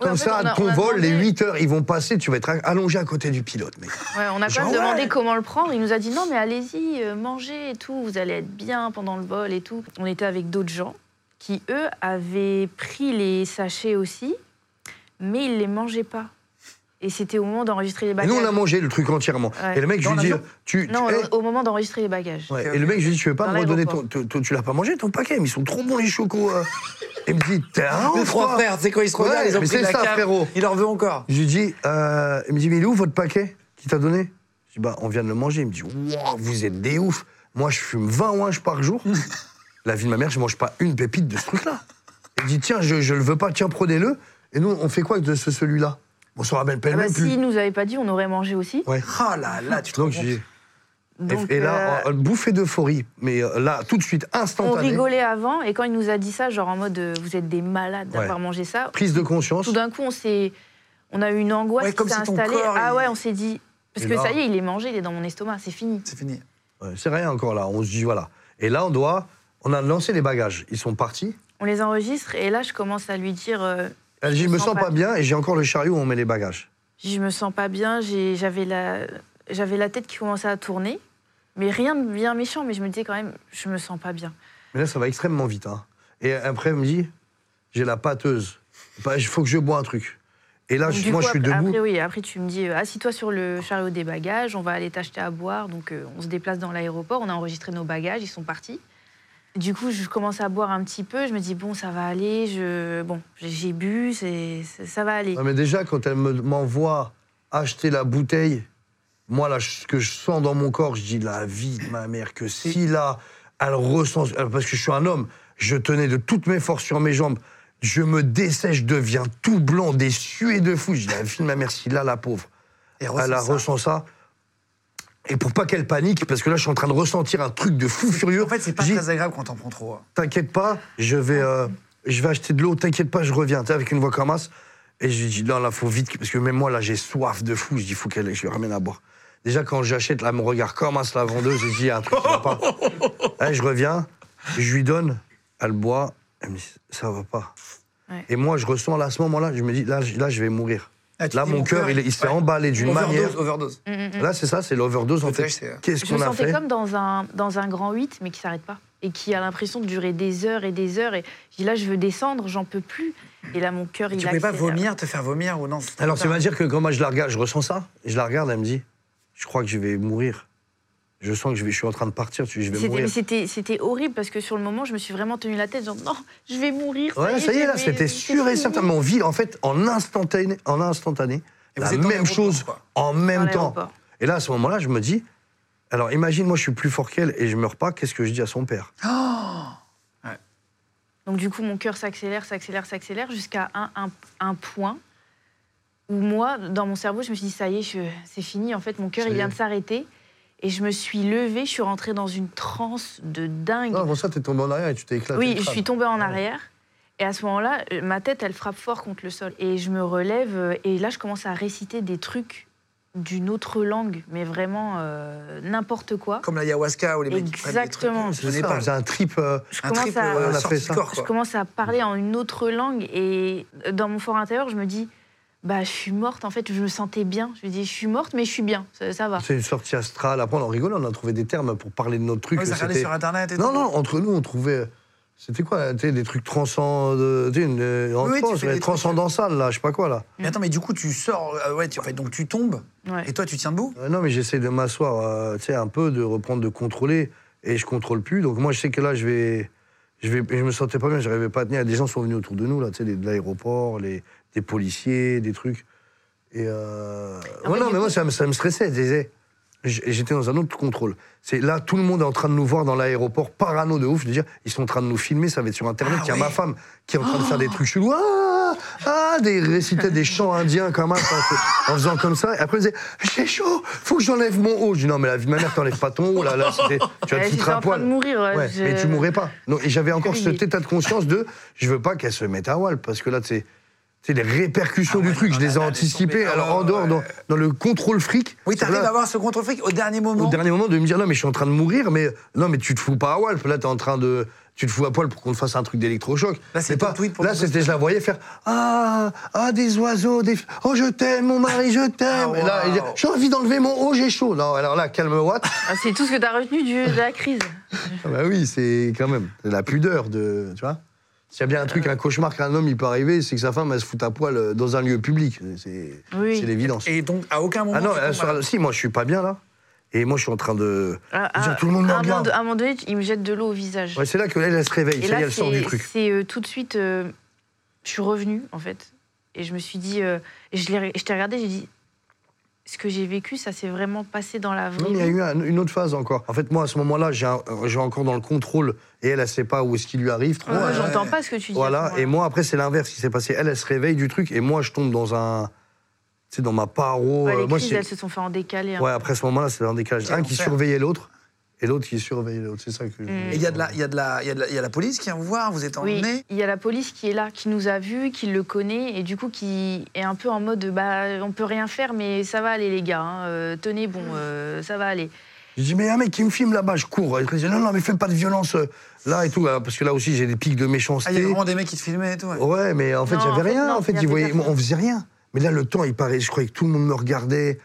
S6: Ouais,
S3: comme
S6: en fait,
S3: ça,
S6: on a-
S3: ton
S6: on a
S3: vol, les
S6: demandé-
S3: 8 heures, ils vont passer, tu vas être allongé à côté du pilote, mec.
S6: Ouais, on a quand
S4: Genre,
S6: même demandé
S4: ouais.
S6: comment le prendre. Il nous a dit non, mais allez-y, euh, mangez et tout, vous allez être bien pendant le vol et tout. On était avec d'autres gens qui, eux, avaient pris les sachets aussi, mais ils les mangeaient pas. Et c'était au moment d'enregistrer les
S3: Et
S6: bagages.
S3: nous, on a mangé le truc entièrement.
S6: Bah, Ouais.
S3: Et le mec, je
S4: Dans
S3: lui dis,
S4: l'avion
S3: tu. tu-
S6: Non,
S3: hey.
S6: au au moment d'enregistrer les bagages.
S3: Ouais.
S4: Ok,
S3: Et le
S4: ok.
S3: mec, je lui dis, tu veux pas
S6: Dans
S3: me redonner ton.
S6: l'aéroport.
S3: ton- ton- Tu l'as pas mangé, ton paquet, mais ils sont trop bons, les chocos. euh. Il me dit, t'es un
S4: Les
S3: ouf,
S4: trois
S3: toi.
S4: frères, c'est quand ils se
S3: Ouais,
S4: regardent, ils ont
S3: mais
S4: pris de
S3: c'est
S4: la
S3: ça,
S4: cave.
S3: frérot.
S4: Il en veut encore.
S3: Je lui dis, euh, il me dit, mais il est où votre paquet qui t'a donné Je dis, bah, on vient de le manger. Il me dit, Wow, vous êtes des ouf. Moi, je fume 20 ouinges par jour. La vie de ma mère, je mange pas une pépite de ce truc-là. Il me dit, tiens, je, je le veux pas, tiens, prenez-le. Et nous, on fait quoi de ce, celui-là On s'en rappelle pas
S6: Ah bah,
S3: même plus.
S6: S'ils nous avaient pas dit, on aurait mangé aussi.
S3: Ouais.
S4: Ah là là, tu te rends
S3: Donc, je
S4: compte.
S3: dis, et-
S6: Donc,
S3: et, là,
S6: euh,
S3: euh, bouffée d'euphorie. Mais euh, là, tout de suite,
S6: on
S3: instantané.
S6: rigolait avant. Et quand il nous a dit ça, genre en mode euh, vous êtes des malades d'avoir mangé ça,
S3: Prise de conscience.
S6: tout d'un coup, on s'est, on a eu une angoisse
S4: Ouais,
S6: qui
S4: comme
S6: s'est
S4: si ton
S6: installée.
S4: corps,
S6: ah
S4: il-
S6: ouais, on s'est dit parce
S3: Et
S6: que
S3: là-
S6: ça y est, il est mangé, il est dans mon estomac, c'est fini.
S4: C'est fini.
S3: Ouais, C'est rien encore là. On se dit, voilà. Et là, on doit. On a lancé les bagages. Ils sont partis.
S6: On les enregistre et là, je commence à lui dire, euh,
S3: Elle dit, je me sens pas bien et j'ai encore le chariot où on met les bagages.
S6: je me sens pas bien, j'ai- j'avais la, j'avais la tête qui commençait à tourner, mais rien de bien méchant, mais je me disais quand même, je me sens pas bien.
S3: Mais là, ça va extrêmement vite. hein. Et après, elle me dit, j'ai la pâteuse. Bah, Il faut que je bois un truc. Et là,
S6: Donc,
S3: Ah, je-
S6: du
S3: moi,
S6: coup,
S3: je suis
S6: après,
S3: debout.
S6: Après, oui, après tu me dis, euh, assis-toi sur le chariot des bagages, on va aller t'acheter à boire. Donc euh, on se déplace dans l'aéroport, on a enregistré nos bagages, ils sont partis. Du coup, je commence à boire un petit peu, je me dis, bon, ça va aller, je... bon, j'ai- j'ai bu, c'est- c'est- ça va aller.
S3: Ouais, mais déjà, quand elle me- m'envoie acheter la bouteille, moi, là, je- ce que je sens dans mon corps, je dis la vie de ma mère, que si là, elle ressent. elle- Parce que je suis un homme, je tenais de toutes mes forces sur mes jambes. Je me dessèche, je deviens tout blanc, des suées de fou. Je dis, la vie de ma mère, si là, la pauvre,
S4: Et
S3: elle la
S4: ressens ça.
S3: ressent ça. Et pour pas qu'elle panique, parce que là, je suis en train de ressentir un truc de fou furieux.
S4: En fait, c'est pas
S3: je dis,
S4: très agréable quand t'en prends trop. hein.
S3: T'inquiète pas, je vais, euh, je vais acheter de l'eau, t'inquiète pas, je reviens. T'es avec une voix comme as. Et je lui dis, non, là, faut vite, parce que même moi, là, j'ai soif de fou. Je dis, faut qu'elle, je lui ramène à boire. Déjà, quand j'achète, là, elle me regarde comme un vendeuse. Je dis, après, ça va pas. Là, je reviens, je lui donne, elle boit, elle me dit, ça va pas.
S6: Ouais.
S3: Et moi, je ressens là, à ce moment-là, je me dis, là, je- là, je vais mourir.
S4: Ah, tu
S3: Là,
S4: dis,
S3: mon cœur, il, est- il s'est
S4: ouais.
S3: emballé d'une
S4: Overdose,
S3: manière.
S4: overdose.
S6: Mm, mm, mm.
S3: Là, c'est ça, c'est l'overdose en
S4: Le
S3: fait.
S4: flash, c'est- euh,
S3: Qu'est-ce
S6: Je me
S3: qu'on a
S6: sentais
S3: fait
S6: comme dans un, dans un grand 8, mais qui s'arrête pas. Et qui a l'impression de durer des heures et des heures. Et je dis là, je veux descendre, j'en peux plus. Et là, mon cœur, il
S4: Tu pouvais pas
S6: accélère.
S4: vomir, te faire vomir ou non c'était
S3: Alors,
S4: trop
S3: ça
S4: tard.
S3: veut dire que quand moi je la regarde, je ressens ça, et je la regarde, elle me dit Je crois que je vais mourir. Je sens que je, vais, je suis en train de partir, tu- je vais
S6: C'était-
S3: mourir.
S6: mais C'était c'était horrible parce que sur le moment, je me suis vraiment tenue la tête, genre non, je vais mourir.
S3: Ouais, ça y est, là,
S6: je vais- c'est
S3: c'était sûr et
S6: fini.
S3: certain. Mais on vit, en fait, en instantané, en instantané
S4: Et vous
S3: la
S4: êtes dans
S3: même
S4: l'aéroport,
S3: chose,
S4: quoi.
S3: en
S6: Dans
S3: même temps.
S6: l'aéroport.
S3: Et là, à ce moment-là, je me dis Alors, imagine, moi, je suis plus fort qu'elle et je meurs pas, qu'est-ce que je dis à son père
S6: Donc du coup, mon cœur s'accélère, s'accélère, s'accélère jusqu'à un, un- un point où moi, dans mon cerveau, je me suis dit, ça y est, je- c'est fini. En fait, mon cœur,
S3: Ça
S6: il
S3: y
S6: vient
S3: est.
S6: de s'arrêter. Et je me suis levée, je suis rentrée dans une transe de dingue.
S3: Non, pour ça, t'es tombé en arrière et tu t'es éclaté.
S6: oui,
S3: le
S6: je
S3: crâne.
S6: suis tombée
S3: Ah
S6: en arrière. Et à ce moment-là, euh, ma tête, elle frappe fort contre le sol. Et je me relève. euh, Et là, je commence à réciter des trucs d'une autre langue, mais vraiment euh, n'importe quoi.
S4: Comme la ayahuasca ou les mecs qui prennent des trucs.
S6: Exactement.
S4: Je
S3: C'est
S4: n'ai
S3: ça,
S4: pas.
S3: on faisait un trip. euh,
S6: Je
S4: Un
S6: commence
S4: triple
S6: à...
S4: euh,
S3: On a
S4: sortie
S3: fait ça.
S4: de corps,
S6: je
S4: quoi.
S6: commence à parler en une autre langue et dans mon fort intérieur, je me dis bah je suis morte en fait, je me sentais bien. Je me dis je suis morte mais je suis bien, ça, ça va.
S3: C'est une sortie astrale. Après, on en rigolait, on a trouvé des termes pour parler de notre truc.
S4: Ouais, ça regardait
S3: C'était-
S4: sur Internet et
S3: Non,
S4: tout.
S3: non, entre nous, on trouvait. C'était quoi tu sais, Des trucs transcendants.
S4: Oui, oui, tu fais des trucs-
S3: transcendants
S4: euh.
S3: transcendansales, là, je sais pas quoi, là.
S4: Mais attends, mais du coup, tu sors. euh, ouais, tu, en fait, donc tu tombes
S6: Ouais.
S4: et toi, tu tiens debout
S3: Euh, non, mais j'essaie de m'asseoir, euh, tu sais, un peu, de reprendre, de contrôler. Et je contrôle plus. Donc, moi, je sais que là, je vais. Je, vais, je me sentais pas bien, je n'arrivais pas à tenir. Des gens sont venus autour de nous, là, tu sais, des- de l'aéroport, les, des policiers, des trucs. Et. Euh...
S4: Ah,
S6: En
S3: ouais,
S6: fait,
S3: non,
S6: du
S3: mais moi,
S6: coup-
S3: ça me, ça me stressait. je disais- j- J'étais dans un autre contrôle. C'est là, tout le monde est en train de nous voir dans l'aéroport, parano de ouf, de dire ils sont en train de nous filmer, ça va être sur Internet.
S4: Ah
S3: Il y a
S4: ouais. Oh.
S3: ma femme qui est en train de faire des trucs chelous. Ah, ah, des récitait des chants indiens comme un, en, en faisant comme ça. Et après, elle disait j'ai chaud, faut que j'enlève mon haut. Je dis non, mais la vie de ma mère, t'enlèves pas ton haut. Là, là, c'était- tu vas
S6: Ouais,
S3: te foutre
S6: J'étais
S3: un
S6: en train
S3: poil.
S6: de mourir. ouais,
S3: Ouais,
S6: je-
S3: mais tu mourrais pas. Non, et j'avais encore
S6: Oui.
S3: cet état de conscience de je veux pas qu'elle se mette à Wall parce que là, tu sais, tu sais, les répercussions
S4: Ah
S3: du
S4: ouais,
S3: truc,
S4: non,
S3: je les
S4: là,
S3: ai
S4: là,
S3: anticipées.
S4: laisse tomber.
S3: Alors,
S4: Ah
S3: en dehors, dans,
S4: ouais.
S3: dans le contrôle fric.
S4: Oui,
S3: c'est
S4: t'arrives
S3: là,
S4: à avoir ce contre-fric au dernier moment.
S3: Au dernier moment, de me dire non, mais je suis en train de mourir, mais non, mais tu te fous pas à Walp. Là, t'es en train de. Tu te fous à poil pour qu'on te fasse un truc d'électrochoc.
S4: Là, c'est
S3: Mais
S4: ton
S3: pas.
S4: tweet pour
S3: Là,
S4: nous
S3: c'était, je la voyais faire Ah, ah, des oiseaux, des. Oh, je t'aime, mon mari, je t'aime.
S4: Ah,
S3: Et là,
S4: wow.
S3: elle dit, j'ai envie d'enlever mon haut, j'ai chaud. Non, alors là, calme-toi.
S6: Ah, c'est tout ce que tu as retenu du- de la crise.
S3: Ah bah oui, c'est quand même de la pudeur de. Tu vois S'il y a bien un
S4: Euh.
S3: truc, un cauchemar qu'un homme il peut arriver, c'est que sa femme elle se fout à poil euh, dans un lieu public. C'est
S6: Oui.
S3: c'est l'évidence.
S4: Et donc, à aucun moment.
S3: Ah non,
S4: tu
S3: elle
S4: tombes,
S3: sera-
S4: voilà.
S3: si moi je suis pas bien là, et moi je suis en train de.
S6: Ah,
S3: Je veux dire,
S6: ah,
S3: tout le monde me
S6: à un moment
S3: regarde.
S6: de- À un moment donné, il me jette de l'eau au visage.
S3: Ouais, c'est là que elle, elle se réveille,
S6: Et
S3: ça y
S6: là,
S3: est, elle sort du
S6: c'est-
S3: truc.
S6: c'est euh, tout de suite, euh, je suis revenue, en fait. Et je me suis dit, euh, et je l'ai- je t'ai regardé, j'ai dit, ce que j'ai vécu, ça s'est vraiment passé dans la vraie
S3: Non, mais il y a
S6: vie.
S3: eu un- une autre phase encore. En fait, moi à ce moment-là, j'ai un- euh, j'ai encore dans le contrôle, et elle, elle sait pas où est-ce qu'il lui arrive. trop.
S6: Ouais,
S4: Ouais,
S6: J'entends
S4: ouais.
S6: pas ce que tu dis. à ce
S3: Voilà,
S6: moment-là.
S3: et moi après c'est l'inverse qui s'est passé. Elle, elle se réveille du truc, et moi je tombe dans un. Tu sais, dans ma paro.
S6: Ouais,
S3: euh,
S6: les
S3: moi,
S6: crises,
S3: c'est-
S6: elles se sont fait en décalé. hein.
S3: Ouais, après ce moment-là, c'est un décalage.
S4: Quel
S3: Un qui
S4: enfer.
S3: surveillait l'autre et l'autre qui surveillait l'autre. C'est ça que. je-
S6: Mm.
S4: Et il y a de la, il y a de la, il y a de la, il y a la police qui vient vous voir, vous êtes
S6: Oui,
S4: emmené.
S6: il y a la police qui est là, qui nous a vus, qui le connaît, et du coup qui est un peu en mode bah on peut rien faire, mais ça va aller les gars, hein, euh, tenez bon, euh, ça va aller.
S3: Je dis, mais il y a un mec qui me filme là-bas, je cours. Il dit, non, non, mais fais pas de violence euh, là et tout. euh, Parce que là aussi, j'ai des pics
S4: Ah,
S3: de
S4: il y a
S3: méchanceté.
S4: vraiment des mecs qui te filmaient et tout. ouais.
S3: ouais, mais en fait,
S6: Non, en
S3: j'avais
S6: fait,
S3: rien.
S6: non,
S3: en fait,
S6: il y
S3: ils
S6: avait
S3: voyaient-
S6: personne.
S3: on faisait rien. Mais là, le temps, il paraît. Je croyais que tout le monde me regardait.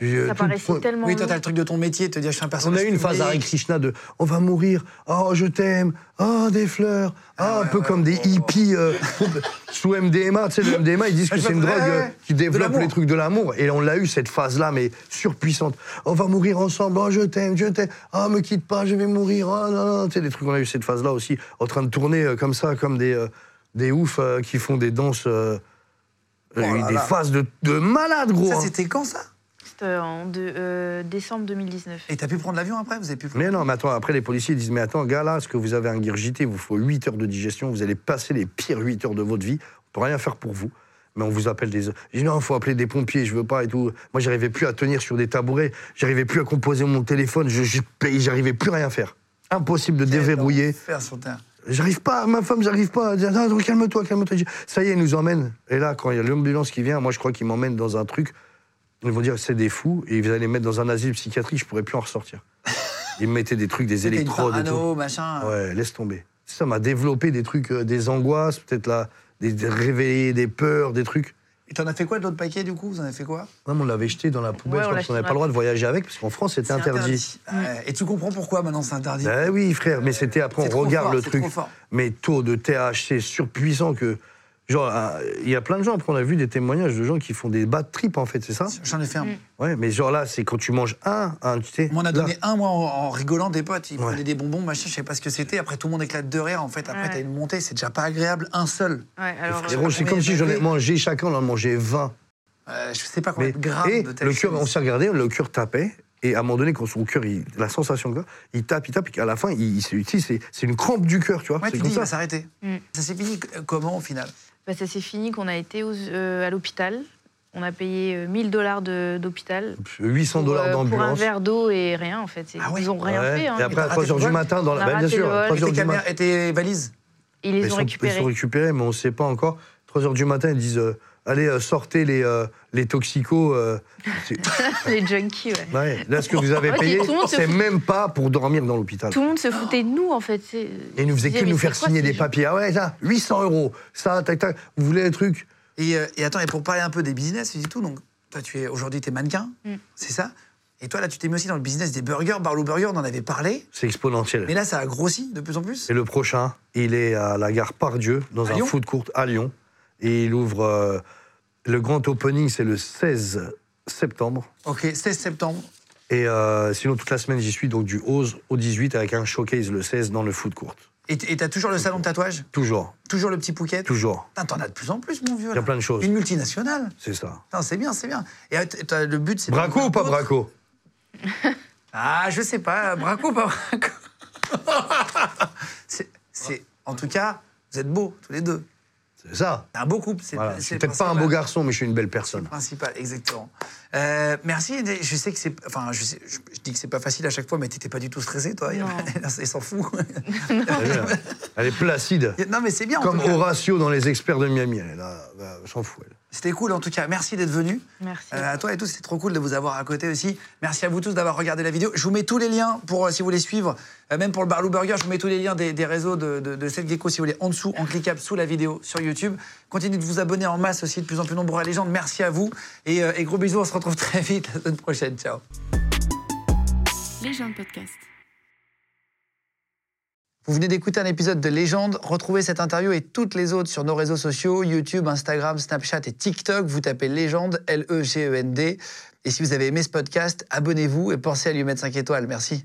S3: Je-
S6: Ça
S3: tout-
S6: paraissait tellement.
S4: Oui, toi, t'as
S6: long.
S4: le truc de ton métier, te dire je suis un
S3: On
S4: personnage.
S3: a eu une phase
S4: public.
S3: Hare Krishna de on va mourir, oh je t'aime, oh des fleurs, ah,
S4: Ah,
S3: un
S4: ouais,
S3: peu
S4: ouais,
S3: comme des
S4: ouais,
S3: hippies euh, sous MDMA. Tu sais, le MDMA, ils disent que
S4: Je
S3: c'est une
S4: me-
S3: drogue euh,
S4: ouais,
S3: qui
S4: de
S3: développe
S4: l'amour.
S3: les trucs de l'amour. Et on l'a eu cette phase-là, mais surpuissante. On va mourir ensemble, oh je t'aime, je t'aime, ah me quitte pas, je vais mourir, oh non, non. Tu sais, des trucs, on a eu cette phase-là aussi, en train de tourner euh, comme ça, comme des, euh, des oufs euh, qui font des danses. euh, il y a
S4: Oh
S3: eu
S4: là
S3: des
S4: là.
S3: phases de, de malades, gros.
S4: Ça,
S3: hein.
S4: c'était quand ça
S6: C'était en de- euh, décembre 2019.
S4: Et t'as pu prendre l'avion après Vous avez pu prendre.
S3: Mais non, mais attends, après les policiers disent Mais attends, gars, là, ce que vous avez ingurgité, il vous faut 8 heures de digestion, vous allez passer les pires 8 heures de votre vie, on peut rien faire pour vous. Mais on vous appelle des. Je dis non, faut appeler des pompiers, je veux pas et tout. Moi, j'arrivais plus à tenir sur des tabourets, j'arrivais plus à composer mon téléphone, je, je- j'arrivais plus à rien faire. Impossible de déverrouiller.
S4: Faire sur terre.
S3: J'arrive pas, ma femme, j'arrive pas. Elle dit, Non, non, calme-toi, calme-toi. Je dis, Ça y est, il nous emmène. Et là, quand il y a l'ambulance qui vient, moi, je crois qu'il m'emmène dans un truc Ils vont dire c'est des fous et vous allez les mettre dans un asile psychiatrique, je pourrais plus en ressortir. Ils me mettaient des trucs, des
S4: C'était une
S3: électrodes et tout.
S4: parano, machin. euh.
S3: Ouais, laisse tomber. Ça m'a développé des trucs, euh, des angoisses, peut-être là, des, des réveillés, des peurs, des trucs.
S4: Et t'en as fait quoi de l'autre paquet, du coup Vous en avez fait quoi
S3: Non, mais on l'avait jeté dans la poubelle
S6: Ouais, on l'a
S3: parce
S6: jeté
S3: qu'on n'avait
S6: dans
S3: pas
S6: la
S3: le droit de voyager avec, parce qu'en France, c'était
S4: C'est
S3: interdit.
S4: Ouais, Et tu comprends pourquoi maintenant c'est interdit Euh,
S3: Ben oui, frère, mais c'était après,
S4: C'est
S3: on
S4: trop
S3: regarde
S4: fort,
S3: le
S4: c'est
S3: truc.
S4: trop fort.
S3: Mais taux de THC surpuissant que. Genre, euh, il y a plein de gens, après, on a vu des témoignages de gens qui font des bad trips, en fait, c'est ça
S4: J'en ai fait un.
S3: Ouais, mais genre là, c'est quand tu manges un, un, tu sais.
S4: On m'en a
S3: là.
S4: donné un, moi, en, en rigolant, des potes. Ils
S3: Ouais.
S4: prenaient des bonbons, machin, je sais pas ce que c'était. Après, tout le monde éclate de rire, en fait. Après,
S6: Ouais.
S4: t'as une montée, c'est déjà pas agréable. Un seul.
S6: Ouais, alors,
S4: frères,
S6: euh,
S3: Frérot, c'est comme si j'en ai
S4: Mais-
S3: mangé chacun, on en a mangé 20.
S4: Euh, je sais pas combien
S3: Mais,
S4: de grammes
S3: et
S4: de telle
S3: le cœur,
S4: chose.
S3: on s'est regardé, le cœur tapait. Et à un moment donné, quand son cœur, il- la sensation que il tape, il tape, et qu'à la fin, il, il se- tu sais, c'est c'est une crampe du cœur, tu vois.
S4: Ouais,
S3: c'est
S4: tu
S3: comme
S4: dis, il
S3: ça.
S4: va s'arrêter.
S6: Mm.
S4: Ça s'est fini euh, comment, au final
S6: bah, ça s'est fini qu'on a été aux- euh, à l'hôpital. On a payé euh, 1000 dollars d'hôpital.
S3: 800
S6: pour,
S3: dollars
S6: euh, Pour un
S3: d'ambulance.
S6: verre d'eau et rien, en fait.
S4: Ah ouais.
S6: Ils ont rien
S3: Ouais.
S6: fait. hein.
S3: Et après, à
S4: raté
S3: 3h
S4: le
S3: du
S4: vol.
S3: matin, dans
S6: On
S3: la.
S6: a
S3: bah, bien
S6: raté
S3: sûr,
S6: le vol.
S3: à
S6: Trois
S3: 3
S4: Et
S3: heures
S4: tes,
S3: du
S4: caméras,
S3: matin.
S4: et tes valises
S6: Ils les
S3: Ils
S6: ont
S3: sont-
S6: récupérés.
S3: Ils sont récupérés, mais on ne sait pas encore. 3 heures du matin, ils disent euh, Allez, euh, sortez les, euh, les toxicos. euh, c'est-
S6: les junkies, ouais.
S3: ouais, Là, ce que vous avez
S6: Ouais,
S3: payé,
S6: tout le monde se
S3: c'est
S6: fout.
S3: même pas pour dormir dans l'hôpital.
S6: Tout le monde se foutait de nous, en fait. Et
S3: Et ils nous faisaient que nous faire signer des papiers. Ah ouais, ça, 800 euros. Ça, tac, tac. Vous voulez un truc
S4: et, euh, et attends, et pour parler un peu des business et tout, donc, toi, tu es aujourd'hui, t'es mannequin,
S6: Mm.
S4: c'est ça Et toi, là, tu t'es mis aussi dans le business des burgers. Barlow Burger, on en avait parlé.
S3: C'est exponentiel.
S4: Mais là, ça a grossi de plus en plus.
S3: Et le prochain, il est à la gare Pardieu, dans
S4: À
S3: un
S4: Lyon
S3: food court à Lyon. Et il ouvre. euh, le grand opening, c'est le 16 septembre.
S4: Ok, 16 septembre.
S3: Et euh, sinon, toute la semaine, j'y suis, donc du 11 au 18, avec un showcase le 16 dans le food court.
S4: Et t- et t'as toujours le salon de tatouage
S3: Toujours,
S4: Toujours le petit Pouquet
S3: toujours.
S4: Putain, T'en as de plus en plus, mon vieux.
S3: Il y a
S4: là.
S3: plein de choses,
S4: Une multinationale.
S3: c'est ça.
S4: Putain, c'est bien, c'est bien. Et euh, t- t'as- le but, c'est. de-
S3: Braco ou pas Braco
S4: Ah, je sais pas. Braco ou pas braco C'est- C'est. En tout cas, vous êtes beaux, tous les deux.
S3: C'est ça.
S4: C'est un beau couple. C'est
S3: Voilà. Je
S4: c'est
S3: suis
S4: le
S3: peut-être pas un
S4: principal.
S3: beau garçon, mais je suis une belle personne.
S4: Principal, exactement. Euh, merci. Aidé. Je sais que c'est. Enfin, je, sais- je- je dis que c'est pas facile à chaque fois, mais t'étais pas du tout stressé, toi.
S6: Non.
S4: Il s'en fout.
S3: T'as vu, là Elle est placide.
S4: non, mais c'est bien. en
S3: Comme
S4: tout cas.
S3: Horatio dans Les Experts de Miami. Elle est là, bah, s'en fout, elle.
S4: C'était cool, en tout cas. Merci d'être venu.
S6: Merci.
S4: Euh, à toi et tous, c'était trop cool de vous avoir à côté aussi. Merci à vous tous d'avoir regardé la vidéo. Je vous mets tous les liens pour euh, si vous voulez suivre, Euh, même pour le Barlou Burger, je vous mets tous les liens des, des réseaux de, de, de cette gecko si vous voulez en dessous, en cliquable sous la vidéo sur YouTube. Continuez de vous abonner en masse aussi, de plus en plus nombreux à la légende. Merci à vous et, euh, et gros bisous, on se retrouve très vite la semaine prochaine. Ciao.
S7: Légende Podcast.
S4: Vous venez d'écouter un épisode de Légende. Retrouvez cette interview et toutes les autres sur nos réseaux sociaux, YouTube, Instagram, Snapchat et TikTok. Vous tapez Légende, E L-E-G-E-N-D. Et si vous avez aimé ce podcast, abonnez-vous et pensez à lui mettre 5 étoiles. Merci.